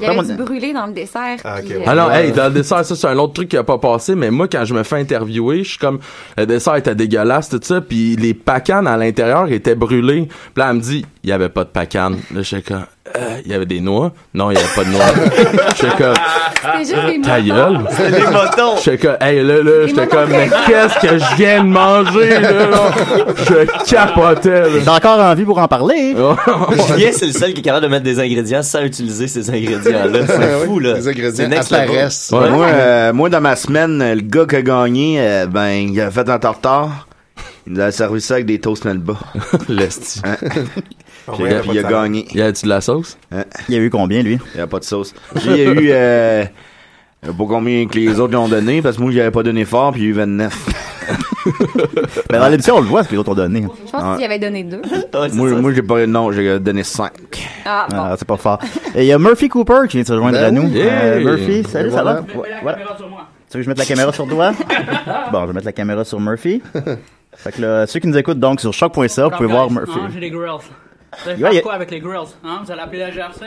S11: Il y avait du brûlé dans le dessert. puis, euh,
S9: Ah, Alors, hey, dans le dessert, ça, c'est un autre truc qui a pas passé, mais moi, quand je me fais interviewer, je suis comme, le dessert était dégueulasse, tout ça, puis les pacanes à l'intérieur étaient brûlées. Puis là, elle me dit, il y avait pas de pacanes. Là, je suis comme, Euh, il y avait des noix? Non, il y avait pas de noix. Je suis comme,
S11: C'était juste des
S9: ta
S11: motons.
S9: gueule.
S11: C'était des motons.
S9: J'étais comme, hey, là, là,
S11: Des
S9: j'étais
S11: motons
S9: comme, mais
S11: très
S9: qu'est-ce que je viens de manger, là? là? Je capotais, là.
S4: J'ai encore envie pour en parler.
S6: Julien, c'est le seul qui est capable de mettre des ingrédients sans utiliser ces ingrédients-là.
S10: Ouais,
S6: C'est
S10: ouais.
S6: fou, là.
S10: Les ingrédients
S6: C'est next level.
S10: apparaissent.
S6: Ouais.
S10: Moi, euh, moi, dans ma semaine, euh, le gars qui a gagné, euh, ben, il a fait un tartare. Il nous a servi ça avec des toasts Melba.
S9: L'esti.
S10: Hein?
S5: Ah,
S10: Puis,
S9: ouais,
S10: puis il a
S9: pas de
S10: gagné.
S9: Il y a-tu de la sauce?
S4: Il y a eu combien, lui?
S10: Il n'y a pas de sauce. Lui, il y a eu... Euh, je sais pas combien que les autres l'ont donné, parce que moi, j'avais pas donné fort, puis il y a eu 29.
S4: Ben, dans l'émission, on le voit, ce que les autres ont donné.
S11: Je pense qu'il y avait donné deux.
S10: Moi, moi j'ai pas... Non, j'ai donné 5.
S11: Ah, bon.
S4: Ah, c'est pas fort. Et il y a Murphy Cooper qui vient de se joindre
S10: Ben
S4: à nous.
S10: oui.
S4: Euh,
S10: Hey.
S4: Murphy, salut,
S10: Et
S4: ça va?
S10: voilà.
S4: Ouais, voilà. Tu veux que je mette la caméra sur toi? bon, je vais mettre la caméra sur Murphy. Fait que là, ceux qui nous écoutent donc sur choc.ca, vous pouvez voir Murphy.
S12: J'ai des grills. Vous allez
S4: Ouais,
S12: faire
S4: y a-
S12: quoi avec les grills? Hein? Vous allez appeler la GRC?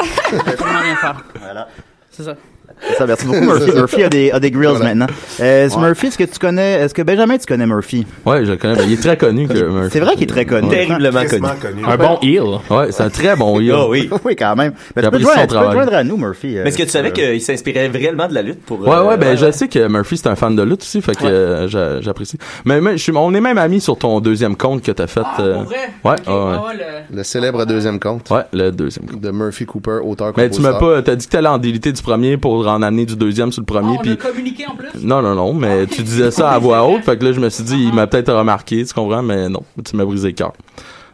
S12: Je vais vraiment rien faire.
S4: Voilà.
S12: C'est ça.
S4: C'est Ça, merci beaucoup, Murphy. Murphy a des, a des grills
S9: Voilà.
S4: maintenant. Euh,
S9: Ouais.
S4: Murphy, est-ce que tu connais, est-ce que Benjamin, tu connais Murphy?
S9: Ouais, je le connais. Ben, il est très connu, que Murphy.
S4: C'est vrai qu'il est très connu.
S9: Terriblement
S4: Tristement
S9: connu. Un bon
S7: heel.
S9: Ouais, c'est un très bon heel.
S6: Ah oui.
S4: oui, quand même. Mais tu peux, te
S9: J'apprécie
S4: joindre, tu
S9: son
S4: peux te
S9: travail.
S4: joindre à nous, Murphy.
S6: Mais est-ce que tu savais
S4: que
S6: qu'il s'inspirait réellement de la lutte pour.
S9: Ouais,
S6: euh,
S9: ouais, ben je sais que Murphy c'est un fan de lutte aussi, fait que euh, j'a- j'apprécie. Mais, mais je suis, on est même amis sur ton deuxième compte que t'as fait. euh,
S12: pour vrai?
S9: Ouais,
S12: Ok,
S9: ouais, Ah,
S6: Ah,
S9: ouais.
S12: Ah, ouais,
S6: Euh,
S12: ouais,
S5: Le célèbre deuxième compte.
S9: Ouais, le deuxième compte.
S5: De Murphy Cooper, auteur
S9: Mais Ben, tu m'as pas, t'as dit que t'allais en déliter du premier pour en amener du deuxième sur le premier,
S12: On
S11: Ah,
S12: a
S9: puis
S12: communiqué en plus?
S9: non, non, non, mais tu
S11: Ah,
S9: disais ça à voix haute, fait que là je me suis dit il m'a peut-être remarqué, tu comprends, mais non, tu m'as brisé le cœur.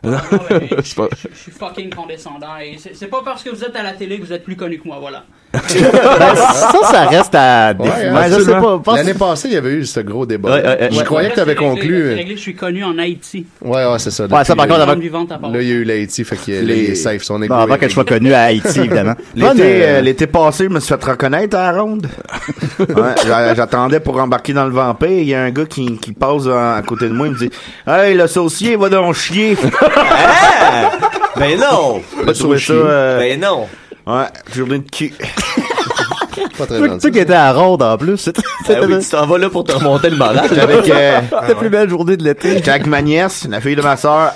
S11: Ah,
S9: C'est pas-
S12: Je suis fucking condescendant et c'est c'est pas parce que vous êtes à la télé que vous êtes plus connu que moi, voilà.
S4: Ben, ça, ça reste à définir. Ben,
S5: Ouais,
S4: je sais pas.
S5: absolument.
S4: pense-
S5: L'année passée, il y avait eu ce gros débat.
S4: Ouais, ouais, ouais.
S5: Je croyais que tu avais
S12: C'est réglé,
S5: conclu. euh,
S12: c'est réglé, je suis connu en Haïti.
S5: Ouais, ouais, c'est ça. euh,
S4: Ouais, ça, par contre, avant-
S12: Vivante à part.
S5: Là, il y a eu l'Haïti, fait que là,
S10: Les-
S5: il est safe. Son
S4: Bon, avant qu'elle soit connue à Haïti, évidemment. Bonne,
S10: L'été
S4: euh,
S10: euh, l'été passé, je me suis fait reconnaître à la ronde. Ouais, j'a- J'attendais pour embarquer dans le vampire. Il y a un gars qui, qui passe en- à côté de moi. Il me dit Hey, le saucier, va donc chier.
S6: Ben non!
S10: Pas trouvé ça. euh,
S6: Ben non!
S10: Ouais, journée de cul.
S5: Pas
S4: Toi, toi qui étais à Ronde en plus. c'était-
S10: Ah oui,
S4: c'était-
S10: tu t'en vas là pour te remonter le moral. J'étais avec, euh,
S4: La plus belle journée de l'été.
S10: j'étais avec ma nièce, la fille de ma soeur.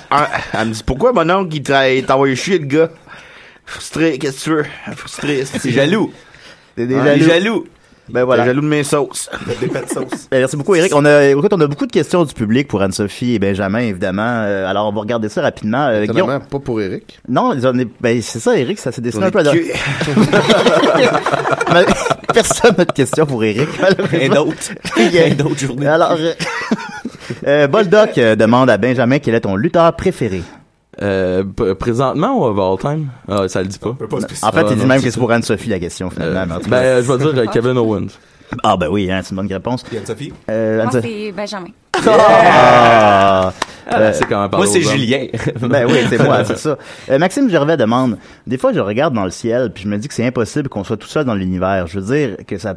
S10: Elle me dit Pourquoi mon oncle il t'a il t'a envoyé chier, le gars Frustré, qu'est-ce que tu veux Frustré.
S6: T'es jaloux.
S10: T'es
S4: des
S10: Ouais.
S4: jaloux.
S10: Ben voilà. T'es jaloux de mes sauces. Des pets de sauces.
S4: Ben, merci beaucoup, Eric. On a, écoute, on a beaucoup de questions du public pour Anne-Sophie et Benjamin, évidemment. Euh, alors, on va regarder ça rapidement. Euh,
S5: Étonnamment,
S4: Guillaume-
S5: pas pour Eric.
S4: Non, ils en est- ben, c'est ça, Eric, ça s'est dessiné un
S5: Pour
S4: peu.
S5: les
S4: à- Mais Personne n'a de question pour Eric.
S6: Un autre.
S4: Il y a
S6: une autre journée.
S4: Alors, euh, euh, Boldoc euh, demande à Benjamin quel est ton lutteur préféré.
S9: Euh, p- présentement ou of all time? Ah, ça le dit pas.
S4: En fait,
S9: Ah,
S4: il dit
S9: non,
S4: même
S9: c'est
S4: que c'est
S9: ça.
S4: pour Anne-Sophie la question, finalement.
S9: Euh,
S4: mais en tout
S9: ben,
S4: cas-
S9: euh, je vais dire euh, Kevin Owens.
S4: Ah, ben oui, hein, c'est une bonne réponse.
S6: Anne-Sophie?
S4: Euh,
S11: Moi,
S4: Anne-Sophie.
S11: c'est Benjamin.
S4: Ah!
S9: Ah, c'est quand même par
S6: Moi,
S9: là
S6: c'est
S9: aux gens.
S6: Julien.
S4: ben oui, c'est moi, c'est ça. Euh, Maxime Gervais demande Des fois, je regarde dans le ciel, puis je me dis que c'est impossible qu'on soit tout seul dans l'univers. Je veux dire que ça.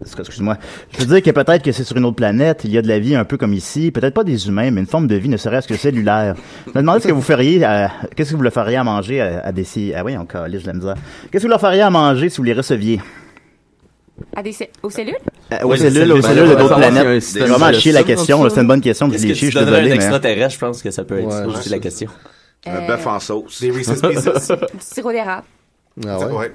S4: Excuse-moi. Je veux dire que peut-être que c'est sur une autre planète, il y a de la vie un peu comme ici, peut-être pas des humains, mais une forme de vie, ne serait-ce que cellulaire. Je me demandais ce que vous feriez, à- qu'est-ce que vous leur feriez à manger à, à des. ci- Ah oui, encore, je la misère. Qu'est-ce que vous leur feriez à manger si vous les receviez
S11: À Ah, des ce- aux cellules?
S4: Euh,
S6: Ouais,
S4: Aux
S6: des
S4: cellules,
S6: cellules,
S4: aux cellules de
S6: ben, savoir
S4: d'autres
S6: s'il y a un
S4: planètes. C'est
S6: système
S4: vraiment à
S6: de
S4: chier la
S6: ça,
S4: question.
S6: comme ça.
S4: C'est une bonne question, je
S6: Qu'est-ce
S4: l'ai
S6: que
S4: chier,
S6: tu
S4: je suis
S6: donnerais à un
S4: désolé. mais-
S6: extraterrestre? Je pense que ça peut être ça
S4: Ouais,
S6: aussi
S4: ouais,
S6: la question.
S10: Un bœuf en sauce.
S6: Des Reese's Pieces.
S11: Du sirop d'érable.
S5: Ah ouais.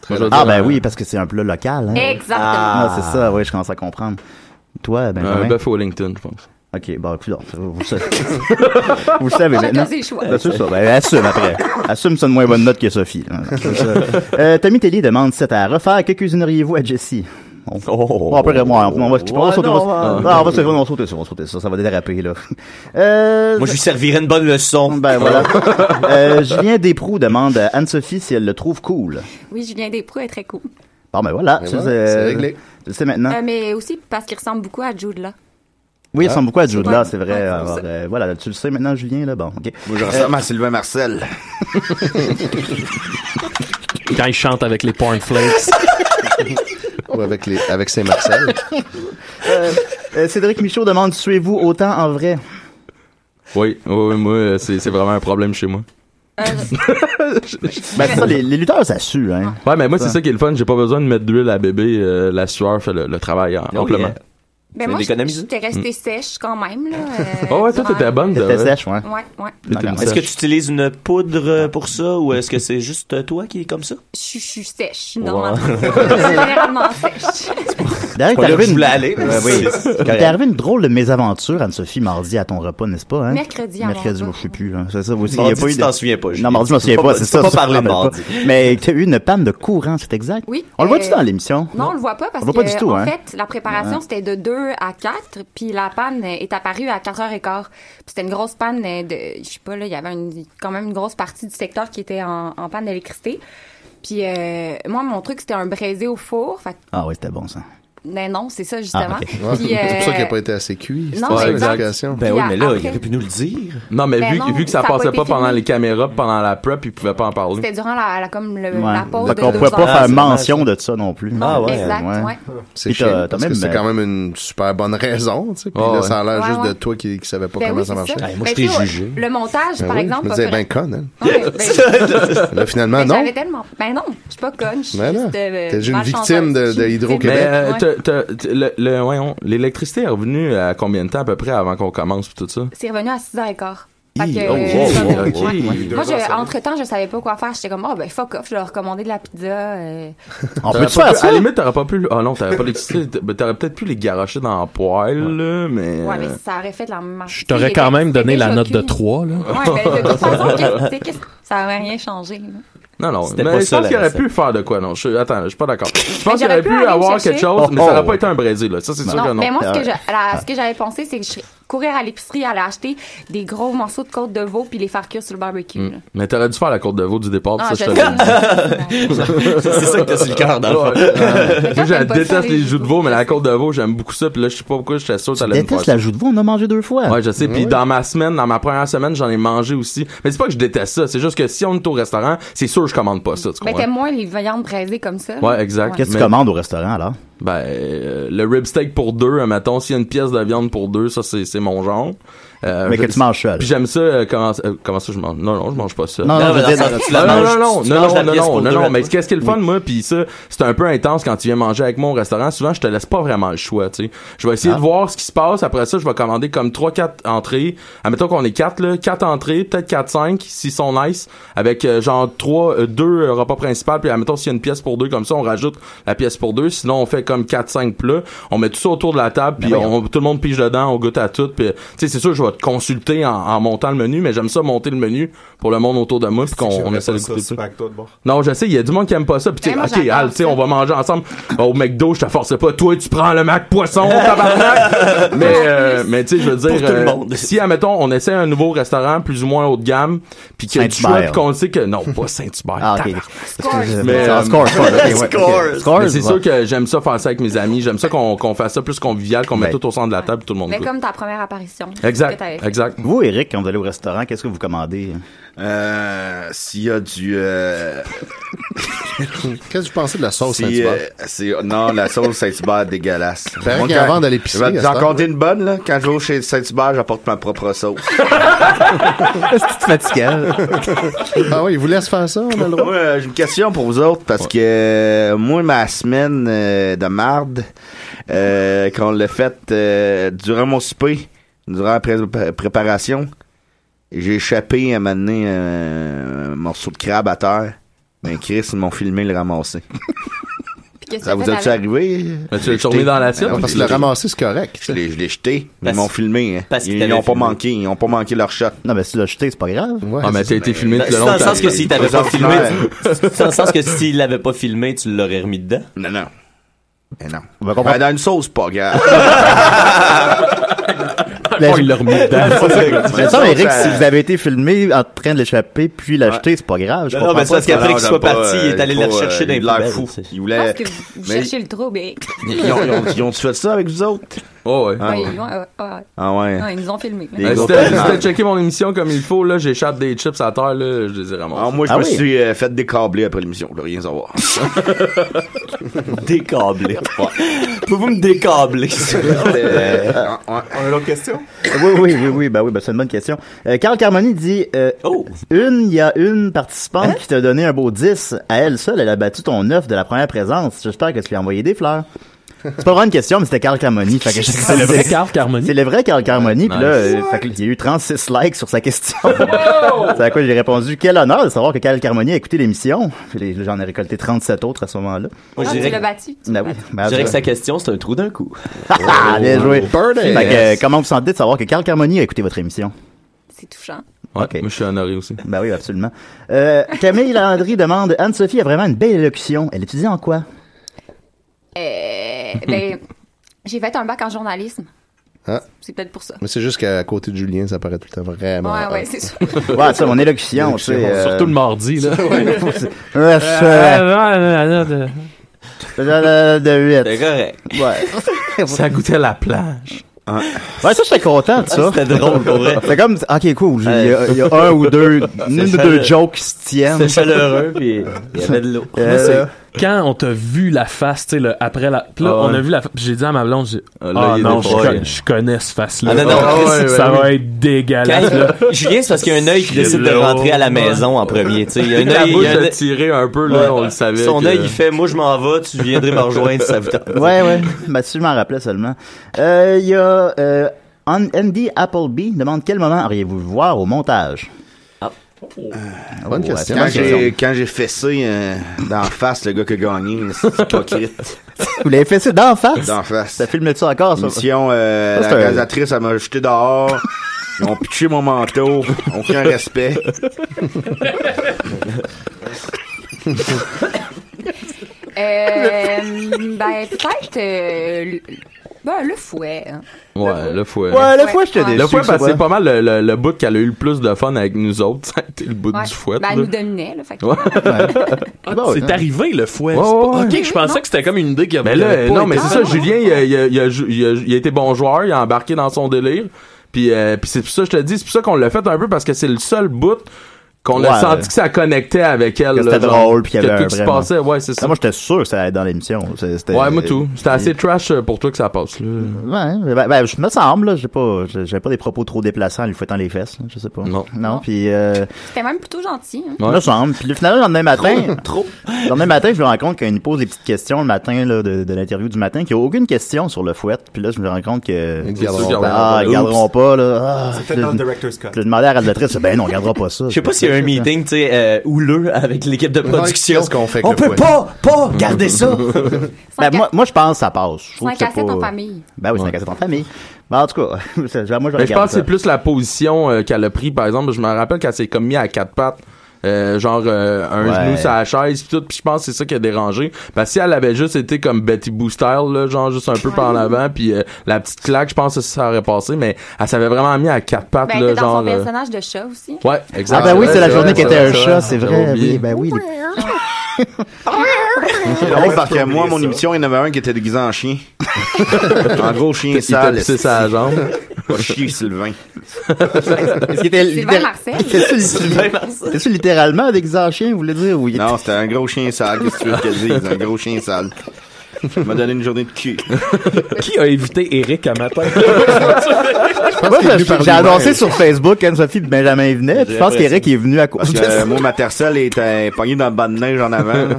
S5: Très
S4: ah
S5: bien.
S6: euh,
S4: ben oui, parce que c'est un plat local. Hein.
S11: Exactement.
S4: Ah, c'est ça, oui, je commence à comprendre. Toi, ben
S5: Euh,
S9: Un bœuf Wellington, je pense.
S4: Ok, bon, écoute, vous, vous savez. vous le savez
S11: Chacun
S4: maintenant.
S11: ses choix.
S4: Ben, c'est ça, ben, assume après. Assume ça de moins bonne note que Sophie. là. Euh, Tommy Telly demande c'est à refaire. Que cuisineriez-vous à Jessie on, on peut répondre. On va skipper. On
S6: Oh. Ouais,
S4: va sauter.
S6: non,
S4: on va-
S6: ouais.
S4: Ah, on va sauter, on va sauter ça. On va sauter ça. Ça va déraper, là. Euh,
S6: Moi, je lui servirais une bonne leçon.
S4: Ben voilà. euh, Julien Desproux demande à Anne-Sophie si elle le trouve cool.
S11: Oui, Julien Desproux est très cool.
S4: Bon, ben voilà.
S5: Ben
S4: tu
S5: voilà,
S4: sais, euh,
S5: c'est réglé.
S4: Tu le sais maintenant.
S11: Euh, mais aussi parce qu'il ressemble beaucoup à Jude là.
S4: Oui, il ressemble beaucoup à
S11: C'est
S4: Jude
S11: bon.
S4: là, c'est vrai.
S11: Ouais,
S4: Alors,
S11: c'est ça.
S4: euh, voilà, tu le sais maintenant, Julien, là, bon, ok.
S10: Moi, je ressemble à Sylvain Marcel.
S7: Quand il chante avec les cornflakes.
S5: Ou avec, les, avec Saint-Marcel.
S4: Euh, euh, Cédric Michaud demande suivez-vous autant en vrai
S9: Oui, oui, oui, moi, euh, c'est c'est vraiment un problème chez moi.
S4: Ben, c'est ça, les, les lutteurs, ça sue, hein.
S9: Ouais, mais moi,
S4: Ça.
S9: c'est ça qui est le fun. J'ai pas besoin de mettre d'huile à bébé. euh, la sueur fait le, le travail en- amplement.
S6: Oh, yeah.
S11: Ben
S6: Tu
S11: moi,
S6: veux l'économiser? Hmm.
S11: j'étais restée sèche quand même. Là, euh,
S9: Ah ouais, toi,
S11: durant-
S9: t'étais bonne.
S4: T'étais
S9: t'as-
S4: sèche, ouais.
S11: Ouais, ouais.
S9: T'étais une
S6: Est-ce
S9: sèche.
S6: que tu utilises une poudre euh, pour ça ou est-ce que c'est juste euh, toi qui est comme ça?
S11: Je suis- je suis sèche,
S6: Wow.
S11: normalement. Généralement sèche.
S4: D'ailleurs,
S6: Pas
S4: t'es
S6: là que je
S4: arrivé Hein, une-
S6: voulais aller.
S4: Ouais, oui. T'es arrivé une drôle de mésaventure, Anne-Sophie, mardi à ton repas, n'est-ce pas, hein?
S11: Mercredi, à mon
S4: Mercredi,
S11: repas.
S4: moi, je sais plus, hein. C'est ça, vous aussi.
S6: Mardi,
S4: il y a pas
S6: tu
S4: eu de-
S6: t'en souviens pas, Julien.
S4: Non, mardi, je m'en
S6: Tu peux
S4: souviens
S6: pas-
S4: pas,
S6: tu
S4: c'est ça.
S6: peux pas
S4: ça, je
S6: parler
S4: me rappelle
S6: mardi.
S4: pas. Mais t'as eu une panne de courant, c'est exact?
S11: Oui,
S4: On le voit-tu
S11: euh,
S4: dans l'émission?
S11: Non, on le voit pas parce
S4: On le voit pas
S11: que,
S4: du tout,
S11: en
S4: hein.
S11: fait, la préparation,
S4: Ouais.
S11: c'était de 2 à 4, puis la panne est apparue à 4h15. Puis c'était une grosse panne de, je sais pas, là, il y avait une- quand même une grosse partie du secteur qui était en, en panne d'électricité. Puis euh, moi, mon truc, c'était un braisé au four. Fait que,
S4: Ah oui, c'était bon, ça.
S11: mais non, c'est ça, justement.
S4: Ah, ok.
S5: Ouais.
S11: Puis,
S5: C'est pour ça qu'il
S11: euh,
S5: n'a pas été assez cuit. c'est
S11: non,
S5: ça
S11: mais exact.
S5: l'explication.
S6: Ben oui,
S11: Puis
S6: mais là,
S11: après-
S6: il aurait pu nous le dire.
S9: Non, mais
S11: Ben
S9: vu,
S11: non,
S9: vu que ça
S11: ça a pas
S9: passait
S11: été
S9: pas pendant
S11: filmé.
S9: les caméras, pendant la prep, ils pouvaient pas en parler.
S11: C'était durant la, la- comme le-
S4: Ouais.
S11: la pause
S4: Donc,
S11: de
S4: on pouvait
S11: 12
S4: pas
S11: heures.
S5: Ah,
S4: faire mention de ça non plus.
S6: Ah ouais.
S11: Exact, ouais.
S5: C'est
S4: Puis t'as-
S5: chiant,
S4: t'as
S5: parce que
S4: même,
S5: c'est
S4: euh,
S5: quand même une super bonne raison. tu sais. Puis
S9: Ah
S5: là,
S9: ouais.
S5: ça a l'air
S11: Ouais,
S5: juste
S11: ouais.
S5: de toi qui ne savais pas
S11: Ben
S5: comment
S11: oui,
S5: ça
S11: c'est
S5: marchait.
S11: ça.
S6: Hey, moi,
S11: Ben,
S6: je t'ai
S11: tu sais,
S6: jugé.
S11: Le montage,
S5: Ben
S11: par
S5: oui,
S11: exemple,
S5: je me
S11: pas
S5: disais, ben
S11: correct.
S5: con. hein.
S11: Ouais, ben-
S5: Là, finalement,
S11: Mais
S5: Ah non.
S11: J'avais tellement. Ben non, je suis pas conne. Je suis
S5: Ben non.
S11: juste. euh,
S5: T'es juste une
S11: malchanceuse.
S5: victime de-
S11: Je suis
S5: de
S11: une
S5: Hydro-Québec.
S9: Mais
S11: victime.
S9: euh,
S11: Ouais.
S9: t'as- t'as- t'as- le- le- voyons, l'électricité est revenue à combien de temps à peu près avant qu'on commence pis tout ça?
S11: C'est revenu à 6h15. Fait que,
S9: Hi,
S11: euh,
S9: oh, wow,
S11: ouais.
S9: ok.
S8: Deux
S11: Moi, je-
S8: heures, ça va.
S11: entre-temps, je savais pas quoi faire. J'étais comme, oh, ben fuck off, je leur commandais de la pizza. euh.
S4: On
S9: T'aurais
S4: peut-tu
S9: pas
S4: faire
S9: pu-
S4: ça?
S9: À la limite, t'aurais pas pu. le- Ah non, t'aurais pas l'électricité. t- ben, T'aurais peut-être pu les garocher dans la poêle, là, mais. euh,
S11: Ouais, mais ça aurait fait de la même marche.
S7: Euh. Je t'aurais quand même donné la note de 3, là.
S11: Ouais, mais de toute façon, qu'est-ce- tu sais, qu'est-ce- ça aurait rien changé. là.
S9: Non, non.
S6: C'était
S9: Mais
S6: pas
S9: je
S6: ça,
S9: pense
S6: la
S9: qu'il aurait
S6: recette.
S9: pu faire de quoi, non. Je, attends, je suis pas d'accord. Je pense
S11: Mais
S9: qu'il aurait
S11: j'aurais pu
S9: pu
S11: aller
S9: avoir
S11: chercher.
S9: quelque chose, mais ça
S4: Oh,
S9: aurait
S4: oh.
S9: pas été un Brésil, là. Ça, c'est sûr que
S11: Non,
S9: non.
S11: mais moi, ce que,
S4: Ah ouais.
S11: je- la- ce que j'avais pensé, c'est que je serais- courir à l'épicerie, aller acheter des gros morceaux de côte de veau puis les faire cuire sur le barbecue.
S9: Mm. Mais t'aurais dû faire la courte de veau du départ, puis
S11: Ah,
S9: ça,
S11: je
S9: je te
S6: C'est ça que t'as sur le cœur, dans le fond.
S9: Ouais. Moi,
S6: t'aimes
S9: je
S6: pas ça,
S9: déteste
S6: les
S9: les joues de veau, mais la côte de veau, j'aime beaucoup ça. Puis là, je sais pas pourquoi, j'étais sûr que ça
S4: Tu
S9: allait me
S4: détestes
S9: passer.
S4: euh, la joue de veau, on a mangé deux fois.
S9: Ouais, je sais. Puis
S4: Ouais.
S9: dans ma semaine, dans ma première semaine, j'en ai mangé aussi. Mais c'est pas que je déteste ça. C'est juste que si on est au restaurant, c'est sûr que je commande pas ça. Tu
S11: Mais
S9: comprends?
S11: Ben, t'aimes moins les viandes braisées comme ça.
S9: Ouais, exact.
S4: Qu'est-ce que tu
S9: Mais-
S4: commandes au restaurant, alors?
S9: Ben, euh, le rib steak pour deux, euh, mettons, s'il y a une pièce de viande pour deux, ça, c'est c'est mon genre. Euh,
S4: Mais que
S9: je-
S4: tu manges seul.
S9: Puis j'aime ça, euh, comment, euh, comment ça je mange? Non, non, je mange pas ça.
S4: Non, non, Non, je veux mais dire, dans- tu la
S9: non, non,
S4: manges-
S9: non,
S4: tu
S9: non,
S4: manges la
S9: non, non,
S4: pièce pour
S9: non,
S4: deux,
S9: non,
S4: là,
S9: mais
S4: toi.
S9: qu'est-ce qui est le fun, moi, puis ça, c'est un peu intense quand tu viens manger avec moi au restaurant. Souvent, je te laisse pas vraiment le choix, tu sais. Je vais essayer
S4: Ah.
S9: de voir ce qui se passe. Après ça, je vais commander comme 3-4 entrées. Admettons qu'on est 4, là. 4 entrées, peut-être 4-5, s'ils sont nice. Avec, euh, genre, 3, 2 repas principaux. Puis, admettons, s'il y a une pièce pour deux comme ça, on rajoute la pièce pour deux. Sinon, on fait comme 4-5 plats. On met tout ça autour de la table. Puis,
S4: Ben voyons.
S9: on, tout le monde pige dedans. On goûte à tout. Puis, tu sais, c'est sûr, je vais te consulter en, en montant le menu. Mais j'aime ça monter le menu pour le monde autour de moi. Puis, qu'on on essaie de goûter tout. Non, je sais, il y a du monde qui aime pas ça. Puis, tu sais,
S8: Ben, moi,
S9: ok,
S8: j'adore
S9: Al, tu sais, on va manger ensemble. Au McDo, je te force pas. Toi, tu prends le Mac poisson, tabarnak. mais, euh, mais tu sais, je veux
S6: Pour
S9: dire,
S6: tout le
S9: euh,
S6: monde.
S9: si, admettons, on essaie un nouveau restaurant plus ou moins haut de gamme, puis qu'il y a du choix,
S4: Saint-Hubert.
S9: puis qu'on sait que, non, pas Saint-Hubert.
S4: Ah, ok.
S9: tabarnak.
S4: Excusez-moi.
S9: Mais,
S4: Ah,
S9: euh,
S4: Scores, scores, ok, ouais, ok. Scores,
S9: Mais c'est
S4: ouais.
S9: sûr que j'aime ça faire ça avec mes amis. J'aime ça qu'on qu'on fasse ça plus convivial, qu'on
S4: Ben.
S9: met tout au centre de la table, tout le monde
S11: Mais
S9: goûte.
S11: Ben, comme ta première apparition. que t'avais fait.
S9: exact.
S4: Vous, Eric, quand vous allez au restaurant, qu'est-ce que vous commandez?
S10: Euh, s'il y a du... euh,
S5: Qu'est-ce que vous pensez de la sauce
S10: Si,
S5: Saint-Hubert?
S10: euh, c'est- non, la sauce Saint-Hubert dégueulasse.
S5: paraît
S10: Moi,
S5: qu'ils
S10: quand-
S5: la vendent à l'épicerie,
S10: Je vais
S5: à cette
S10: vous en
S5: heure.
S10: compter une bonne, là. Quand je vais chez Saint-Hubert, j'apporte ma propre sauce.
S4: C'est fatigant.
S5: ah oui, ils vous laissent faire ça, on a le droit.
S10: Moi, euh, j'ai une question pour vous autres parce que euh, moi, ma semaine euh, de marde, euh, qu'on l'a faite euh, durant mon souper, durant la pré- préparation, j'ai échappé à m'amener euh, un morceau de crabe à terre. Ben, Chris, ils m'ont filmé le ramasser.
S11: qu'est-ce que
S10: Ça Ah, vous
S11: t'as
S10: a-tu
S11: fait avec?
S10: arrivé?
S9: Ben, tu l'as
S10: Je l'ai
S9: tourné
S10: jeté.
S9: dans l'assiette?
S10: Ben non,
S9: Parce
S10: je
S9: que le
S10: l'ai-
S9: ramasser,
S5: c'est correct.
S10: Je l'ai je l'ai jeté. Ils
S9: Parce-
S10: m'ont filmé. hein.
S6: parce qu'ils
S10: Ils
S6: t'avaient
S10: n'ont pas
S6: filmé.
S10: manqué. Ils n'ont pas manqué leur shot.
S4: Non, mais si tu l'as jeté, c'est pas grave.
S9: Ah, mais t'as
S4: Ben,
S9: été filmé tout
S6: Ben, C'est
S9: le long.
S6: dans le
S9: t'as-
S6: sens que s'il t'avait pas
S10: Dans le
S6: filmé,
S10: sens-
S6: tu- c'est dans le sens que s'il l'avait pas filmé, tu l'aurais remis dedans.
S10: Non, non. Eh non.
S4: Ben,
S10: dans une sauce, pas grave.
S4: Ben,
S10: il l'a remis dedans.
S4: Mais ça, Eric, si vous avez été filmé en train de l'échapper puis l'acheter, c'est pas grave. Je
S6: Ben Non, non,
S4: comprends
S6: mais c'est
S4: pas.
S6: parce qu'après
S4: Non,
S6: qu'il
S4: j'aime
S6: soit
S4: pas,
S6: parti,
S4: euh,
S6: il est allé
S4: faut,
S6: la
S4: euh,
S6: chercher dans les
S10: Il a l'air
S6: poubelles,
S10: fou.
S6: tu sais.
S10: Il
S11: Je pense
S10: voulait.
S11: que vous, vous
S10: Mais-
S11: cherchez le trou, mais.
S10: Ils ont- ils ont- ils ont-tu fait ça avec vous autres?
S9: Oh, ouais.
S10: Ah
S11: Ouais,
S10: ouais.
S11: ils, ont- ouais, ouais.
S10: Ah ouais.
S11: Ouais, ils nous ont filmé.
S10: Les
S9: Euh,
S10: gros
S11: ben,
S9: C'était
S10: talents.
S9: c'était checker mon émission comme il faut, là. J'échappe des chips à terre, là. Je les ai ramassés.
S10: Ah, moi, je me suis euh, fait décabler après l'émission. Je veux rien savoir.
S6: Décablé. Pouvez-vous me décabler?
S10: Euh,
S8: On a une autre question?
S4: oui, oui, oui, oui, ben oui, ben c'est une bonne question. Euh, Carl Carmoni dit euh,
S6: Oh!
S4: une, il y a une participante
S6: Hein?
S4: qui t'a donné un beau 10. À elle seule, elle a battu ton 9 de la première présence. J'espère que tu lui as envoyé des fleurs. C'est pas vraiment une question, mais c'était Carl Carmoni. Fait que je-
S7: C'est le vrai Carl Carmoni?
S4: C'est le vrai Carl Carmoni. Puis là,
S7: Nice.
S4: euh, fait que il y a eu 36 likes sur sa question.
S6: Oh!
S4: c'est à quoi j'ai répondu quel honneur de savoir que Carl Carmoni a écouté l'émission. Puis les- j'en ai récolté 37 autres à ce moment-là.
S6: Moi, je Ah, dirais- tu l'as
S11: battu.
S4: Ben oui. Ben,
S6: Je dirais
S4: je-
S6: que sa question, c'est un trou d'un coup.
S4: ah, bien joué.
S6: Birdie.
S4: Fait que, euh, comment vous sentez de savoir que Carl Carmoni a écouté votre émission?
S11: C'est touchant.
S9: Ouais, Moi, je suis honoré aussi.
S4: Ben oui, absolument. Euh, Camille Landry demande Anne-Sophie a vraiment une belle élocution. Elle étudie en quoi
S11: Euh, ben, j'ai fait un bac en journalisme.
S5: Ah.
S11: C'est peut-être pour ça.
S5: Mais c'est juste qu'à côté de Julien, ça paraît tout le temps vraiment. euh,
S11: Ouais, ouais,
S5: hot.
S11: c'est sûr.
S4: Ouais, ça, mon élocution, tu sais. euh,
S7: Surtout le mardi, là.
S4: Euh,
S7: Euh,
S4: euh, de huit.
S6: C'est correct.
S4: Ouais.
S9: Ça goûtait la plage.
S4: Ouais, ça, j'étais content de ça.
S6: C'était drôle, pour vrai.
S4: C'est comme, ok, cool. Il y a, il y a un ou deux, une ou deux
S6: chaleureux.
S4: jokes qui se tiennent. Euh,
S6: C'est chaleureux, puis il y avait de l'eau.
S7: Moi, euh, c'est quand on t'a vu la face, tu sais, le- après la. Puis là,
S6: Ah ouais.
S7: on a vu la face. J'ai dit à ma blonde, j'ai dit, ah,
S6: là, il y a
S7: non,
S6: des
S7: je,
S6: froids,
S7: con-
S6: là.
S7: je connais ce face-là.
S6: Ah, non, non,
S7: Ah,
S6: Chris,
S7: ouais,
S6: c'est-
S7: ça
S6: oui.
S7: va être dégueulasse, là.
S6: Quand- Julien, c'est parce qu'il y a un œil qui décide de
S7: Hello.
S6: rentrer à la maison en premier. tu sais. Il y a un
S9: La
S6: œil.
S9: bouche
S6: il y a un
S9: a
S6: œil-
S9: tiré un peu, là.
S6: Ouais.
S9: On le savait.
S6: Son
S9: que-
S6: œil, il fait Moi, je m'en vais, tu viendrais me rejoindre si ça vous tente.
S4: Ouais, ouais. Ben, si je m'en rappelais seulement. Euh, Il y a euh, An- Andy Appleby demande quel moment auriez-vous voir au montage
S5: Euh, Bonne
S4: Ah. Oh,
S5: question.
S4: attends,
S10: Quand j'ai,
S4: question.
S10: quand j'ai fessé euh, d'en face le gars qui a gagné, c'est hypocrite.
S4: Vous l'avez fait, c'est d'en face.
S10: D'en face. Ça
S4: filme ça encore, ça?
S10: Émission, euh,
S4: Ça, c'est
S10: la
S4: un-
S10: gazatrice, elle m'a jeté dehors. Ils ont pitché mon manteau. Aucun respect.
S11: Euh, ben, peut-être euh, l- Ben, le fouet. hein.
S9: Ouais, le fouet.
S11: Ouais, le fouet, j'étais
S9: te
S11: déçu
S9: Le fouet,
S11: que ça
S9: parce que
S11: soit.
S9: c'est pas mal le, le, le bout qu'elle a eu le plus de fun avec nous autres. Ça a été le bout
S11: Ouais.
S9: du fouet.
S11: Ben, elle
S9: là.
S11: nous dominait, là. Fait que-
S9: Ouais.
S7: Ah, c'est arrivé le fouet.
S9: Ouais,
S7: C'est pas-
S9: ouais, ouais.
S7: Ok, je pensais que c'était comme une idée qui avait.
S9: Mais là,
S7: pas
S9: non, mais
S7: été-
S9: c'est ça, Julien, il a, il, a, il, a, jou- il a- il a été bon joueur, il a embarqué dans son délire. Puis, euh, puis c'est pour ça, je te dis, c'est pour ça qu'on l'a fait un peu parce que c'est le seul bout qu'on a
S4: Ouais.
S9: senti que ça connectait avec elle.
S4: Que
S9: là,
S4: C'était
S9: genre,
S4: drôle, puis il y
S9: que
S4: avait un
S9: tout se
S4: vrai-
S9: passait, ouais, c'est ça.
S4: Ah, Moi, j'étais sûr que ça allait être dans l'émission. C'est- c'était-
S9: Ouais, moi tout. C'était assez trash euh, pour toi que ça passe, là.
S4: Ouais, ben, ben, je me semble, là, j'ai pas, j'ai- j'avais pas des propos trop déplaçants en lui fouettant les fesses, là, je sais pas. Non. Non, puis euh,
S11: C'était même plutôt gentil. hein. Ben,
S4: me semble. Puis finalement, le lendemain matin,
S11: Trop.
S4: le lendemain matin, je me rends compte qu'il nous pose des petites questions le matin là, de, de l'interview du matin, qu'il n'y a aucune question sur le fouet. Puis là, je me rends compte que
S8: Ils garderont
S4: Ah,
S8: pas.
S4: ils garderont
S8: Oups.
S4: pas là. Ah,
S8: C'était
S4: puis là,
S8: dans le
S4: je-
S8: director's cut.
S4: Je l'ai demandé à la réalisatrice, ben non, on gardera pas ça.
S6: Je sais pas s'il y a un meeting, tu sais, euh, houleux avec l'équipe de
S4: Ouais,
S6: production.
S4: qu'est-ce qu'on fait avec
S6: On
S4: le
S6: peut
S4: poêle?
S6: pas, pas garder ça.
S4: ben, moi, moi, je pense que ça passe. Je trouve
S11: C'est un
S4: que
S11: cassette
S4: pas-
S11: en famille.
S4: Ben oui, c'est un cassette en famille. Ben en tout cas, moi, je
S9: Mais je
S4: regarde
S9: pense que
S4: ça.
S9: c'est plus la position euh, qu'elle a pris, par exemple. Je me rappelle qu'elle s'est comme mise à quatre pattes. euh, genre euh, un
S4: Ouais.
S9: genou sur la chaise pis tout pis je pense que c'est ça qui a dérangé parce que si elle avait juste été comme Betty Boo style là, genre juste un peu par en avant puis euh, la petite claque je pense que ça aurait passé mais elle s'avait vraiment mis à quatre pattes
S11: Ben, elle
S9: là,
S11: était dans
S9: genre
S11: son
S9: euh,
S11: personnage de chat aussi.
S9: ouais
S4: Ah
S9: exact
S4: ben oui, c'est la journée qui était un
S9: vrai,
S4: chat, c'est
S9: j'avais
S4: vrai.
S9: oublié.
S4: Oui, ben oui. les-
S10: Non, parce que moi,
S4: oublier
S10: mon
S4: ça.
S10: émission, il y en avait un qui était déguisé en chien. en gros,
S9: Il
S10: chien
S9: t'a
S10: sale.
S9: pissé sa jambe.
S10: Pas chier, Sylvain.
S4: Est-ce qu'il était
S10: Sylvain
S4: littéra-
S10: Marcel.
S4: Était-tu li-
S10: Sylvain Marcel.
S4: était-tu littéralement des un chien, vous voulez dire? ou il était-
S10: Non, c'était un gros chien sale. Qu'est-ce que tu veux que je dise? Un gros chien sale. Il m'a donné une journée de cul.
S13: Qui a évité Eric à matin?
S4: Ah, Moi,
S10: qu'il est venu
S4: je-
S10: par
S4: j'ai
S10: lui-même.
S4: annoncé sur Facebook qu'Anne-Sophie et Benjamin venaient, puis je pense qu'Eric est venu à cause
S10: Parce
S4: de
S10: que euh,
S4: ça.
S10: moi, ma tercelle était pognée dans le banc de neige en avant. là.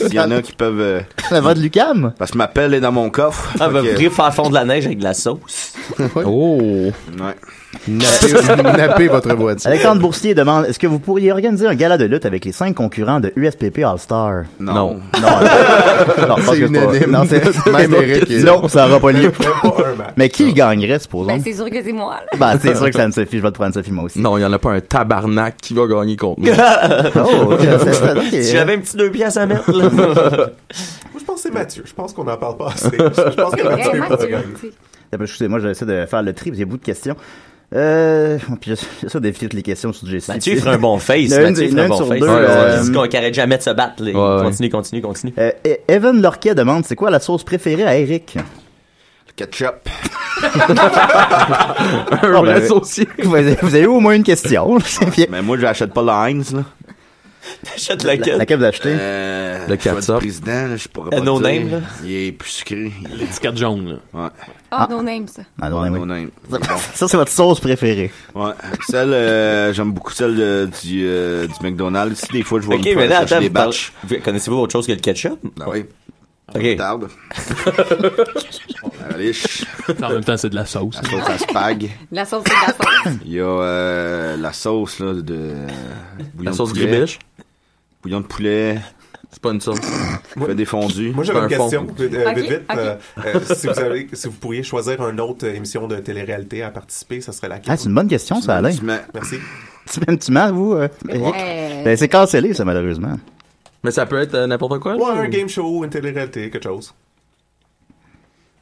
S10: S'il y en a qui peuvent. euh,
S4: Avant de Lucam?
S10: Parce que ma pelle est dans mon coffre.
S6: Elle Ah, va
S10: Fait que-
S6: venir faire fondre la neige avec de la sauce.
S9: Oh!
S10: Ouais.
S5: Nappez votre voiture.
S4: Alexandre Boursier demande Est-ce que vous pourriez organiser un gala de lutte avec les cinq concurrents de USPP All-Star
S10: Non. Non,
S4: hein. non, non, je pense
S5: C'est
S4: que pas-
S5: unanime.
S4: non, c'est-
S5: Même Eric est-
S4: Non, ça aura pas lieu.
S5: Même pas un match.
S4: Mais qui gagnerait, supposons
S11: Ben, c'est sûr que c'est moi, là.
S4: Bah, c'est sûr que c'est Anne-Sophie, je vais te prendre Anne-Sophie, moi aussi.
S9: Non, il y en a pas un tabarnak qui va gagner contre nous.
S4: Oh, ok, c'est- c'est- ok.
S6: Si j'avais un petit deux pièces à mettre, là.
S8: Moi, je pense que c'est Mathieu. Je pense qu'on en parle pas assez. Je pense que Mathieu est pas gagné.
S4: T'as pas- Excusez-moi, j'essaie de faire le tri, parce qu'il y a beaucoup de questions. Euh, puis j'essa- j'essaie d'éviter toutes les questions sur Jesse.
S6: Mathieu ferait un bon face.
S4: Il y en a une-
S6: Mathieu
S4: il y en
S6: ferait
S4: a
S6: un
S4: une
S6: bon
S4: sur
S6: face.
S4: deux,
S6: On
S4: euh,
S6: dit qu'on n'arrête jamais de se battre. là.
S4: ouais.
S6: Continue, continue, continue.
S4: euh, E- Evan Lorquet demande c'est quoi la sauce préférée à Eric
S10: Ketchup.
S6: Ah, ben
S4: Un
S10: vrai
S9: saucier.
S4: Vous avez, vous avez au moins une question.
S10: Mais Ben, moi, j'achète pas la Heinz, là.
S6: T'achètes laquelle?
S4: Laquelle vous achetez?
S10: Euh,
S4: Le
S10: je vais être
S4: ketchup.
S10: président, là, je pourrais pas
S6: Euh, no
S10: dire.
S6: name, là.
S10: Il est plus sucré.
S7: L'étiquette jaune,
S10: là. Ouais.
S11: Ah, no name, ça.
S4: Ah, non, non,
S10: no name.
S4: Ça, c'est votre sauce préférée.
S10: Ouais. Celle, euh, j'aime beaucoup celle euh, du, euh, du McDonald's. Si des fois, je vois
S6: Ok,
S10: me faire
S6: mais là,
S10: chercher
S6: attends,
S10: des
S6: vous parlez-
S10: batchs. Ben
S6: vous- connaissez-vous autre chose que le ketchup?
S10: oui.
S6: Ok.
S10: Tarde. La liche.
S7: En même temps, c'est de la sauce.
S10: La sauce à spag.
S11: La sauce, c'est de la sauce.
S10: Il y a euh, la sauce, là, de. bouillon de
S9: sauce
S10: poulet.
S9: gribiche?
S10: Bouillon de poulet.
S9: C'est pas une sauce.
S10: Je fais des fondus.
S8: Moi, j'avais une
S10: Un fond.
S8: question, euh,
S10: Ok,
S8: vite, vite.
S10: ok.
S8: euh, euh, si, vous avez- si vous pourriez choisir une autre euh, émission de télé-réalité à participer, ça serait laquelle?
S4: Ah, c'est une bonne question, ça, Alain.
S8: Merci.
S4: Tu m'aimes, tu mens, vous, euh, Eric?
S8: Ouais.
S4: Ben, c'est cancellé, ça, malheureusement.
S9: Mais ça peut être euh, n'importe quoi.
S8: Ouais, un game show, une télé-réalité, quelque chose.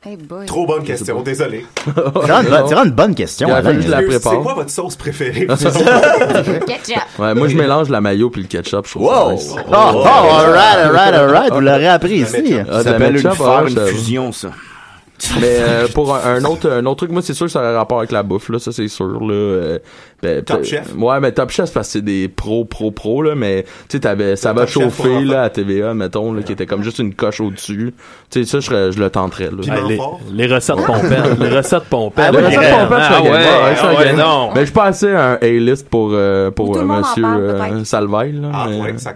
S11: Hey boy.
S8: Trop bonne question, désolé.
S4: C'est vraiment, c'est vraiment une bonne question,
S9: Il a
S4: Alain.
S9: fallu que je la prépare.
S8: C'est quoi votre sauce préférée?
S11: Ketchup.
S9: Ouais, moi je mélange la mayo puis le ketchup, je trouve ça
S4: Wow!
S9: nice.
S4: Oh, oh, alright, alright, alright, vous l'aurez appris
S9: Ah,
S4: ici.
S9: de la ketchup, ouais, ça-
S10: ça.
S9: Mais euh, pour un, un autre un autre truc, moi c'est sûr que ça a rapport avec la bouffe là, ça c'est sûr là. euh, ben,
S8: Top
S9: peut-
S8: Chef?
S9: Ouais, mais Top Chef c'est parce que c'est des pros pro pro là, mais tu sais t'avais ça va
S8: Top Chef pour
S9: chauffer là à TVA mettons là qui était comme juste une coche au-dessus. Tu sais ça je serais- je le tenterais là.
S8: Piment
S9: les,
S8: fort?
S9: recettes
S7: pompettes, les recettes pompettes.
S9: Ah, ouais,
S7: Ah,
S9: les
S7: ouais,
S9: recettes pompettes,
S7: ah,
S9: je serais
S7: ouais,
S9: gagnant. Ouais, je serais
S7: ah, ouais,
S9: gagnant.
S7: non.
S9: Mais je suis pas assez un A-list pour euh, pour
S11: Tout
S9: euh,
S11: le monde en
S9: monsieur
S11: parle,
S9: euh,
S11: peut-être.
S9: Salvaille là. mais-
S4: Tout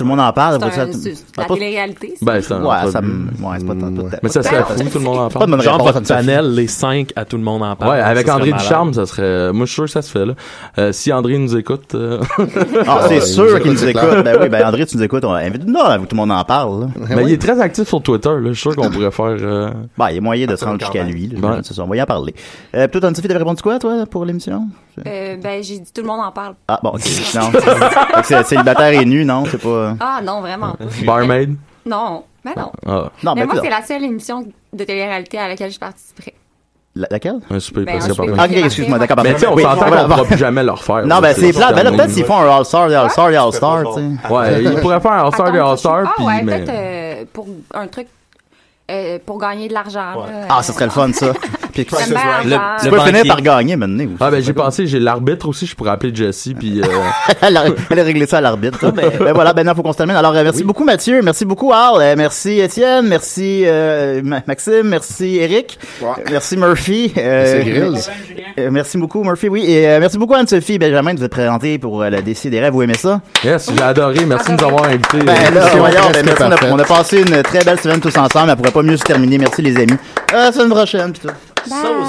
S4: le monde en parle.
S11: C'est
S4: vous
S11: un-
S4: êtes-
S11: c'est- c'est
S4: Ah,
S11: la
S4: pas-
S11: télé-réalité. ça.
S9: Ben, c'est un
S4: Ouais, ça
S9: entrevue.
S4: me- ouais, c'est pas tant- pas tant-
S9: Mais ça
S4: pas
S9: serait
S4: tant-
S9: fou, tout le monde en
S4: C'est pas
S9: parle.
S4: une bonne
S7: Genre
S4: réponse,
S7: votre
S4: Anne-Sophie.
S7: panel, les cinq, à tout le monde en parle.
S9: Ouais, avec
S7: Ça
S9: André
S7: serait
S9: Ducharme,
S7: malade.
S9: ça serait. Moi, je suis sûr que ça se fait, là. Euh, si André nous écoute. euh,
S4: Ah, c'est
S9: ouais,
S4: sûr qu'il nous
S9: c'est clair.
S4: écoute. Ben oui, ben André, tu nous écoutes. on- Non, tout le monde en parle.
S9: Mais Ben, il est très actif sur Twitter, là. Je suis sûr qu'on pourrait faire. euh,
S4: Ben, il y a moyen de se rendre
S9: Quand
S4: jusqu'à
S9: même.
S4: lui. là,
S9: Ouais.
S4: C'est ça, on va y en parler. Euh, Plutôt, Anne-Sophie, t'avais répondu quoi, toi, pour l'émission?
S11: Euh, ben, j'ai dit tout le monde en parle.
S4: Ah, bon, ok. Non. Fait que c'est- Célibataire et nu, non? C'est pas... euh.
S11: Ah, non, Ah, vraiment. pas.
S9: Barmaid.
S11: Non. Ben non.
S9: Ah.
S11: mais moi, c'est la seule émission de télé-réalité à laquelle je participerai.
S4: La- laquelle
S9: Un souper
S11: Ben, un
S9: presque
S11: souper
S9: parfait.
S4: Ok, excuse-moi, d'accord,
S9: Mais
S4: parfait.
S9: tu sais, on
S4: Oui,
S9: s'entend
S4: voilà.
S9: qu'on pourra plus jamais le refaire.
S4: Non, ben, c'est
S9: plat
S4: plate. Ben là, peut-être s'ils font un All-Star, des All-Star, des All-Star, tu sais.
S9: Ouais, ils pourraient faire un All-Star, des All-Star,
S11: Ah
S9: puis.
S11: ouais,
S9: mais-
S11: peut-être euh, pour un truc euh, pour gagner de l'argent.
S9: Ben,
S11: là.
S4: Ah, ça serait le fun, ça. Puis tu
S11: J'aime bien
S4: tu
S11: l'argent.
S4: peux finir
S9: banquier.
S4: par gagner maintenant.
S9: Ah, ben, j'ai pensé, j'ai l'arbitre aussi, je pourrais appeler Jesse, puis. euh,
S4: Elle a, elle a réglé ça à l'arbitre. ça.
S9: mais-
S4: ben voilà, ben non, faut qu'on se termine. Alors, euh, merci beaucoup Mathieu, merci beaucoup Al, Euh, merci Étienne, merci euh, Ma- Maxime, merci Eric, Euh, merci Murphy. euh,
S5: Merci Grills.
S4: euh, merci beaucoup Murphy, oui. Et euh, merci beaucoup Anne-Sophie et Benjamin de vous être présentés pour euh, la DC des rêves. Vous aimez ça?
S9: Yes, j'ai adoré. Merci de nous avoir invités.
S4: Ben là,
S9: Émission
S4: voyons, ben,
S9: presque
S4: merci, on, a,
S9: parfaite.
S4: on a passé Euh, une très belle semaine tous ensemble. Elle pourrait pas mieux se terminer. Merci les amis. À la semaine prochaine. puis tout.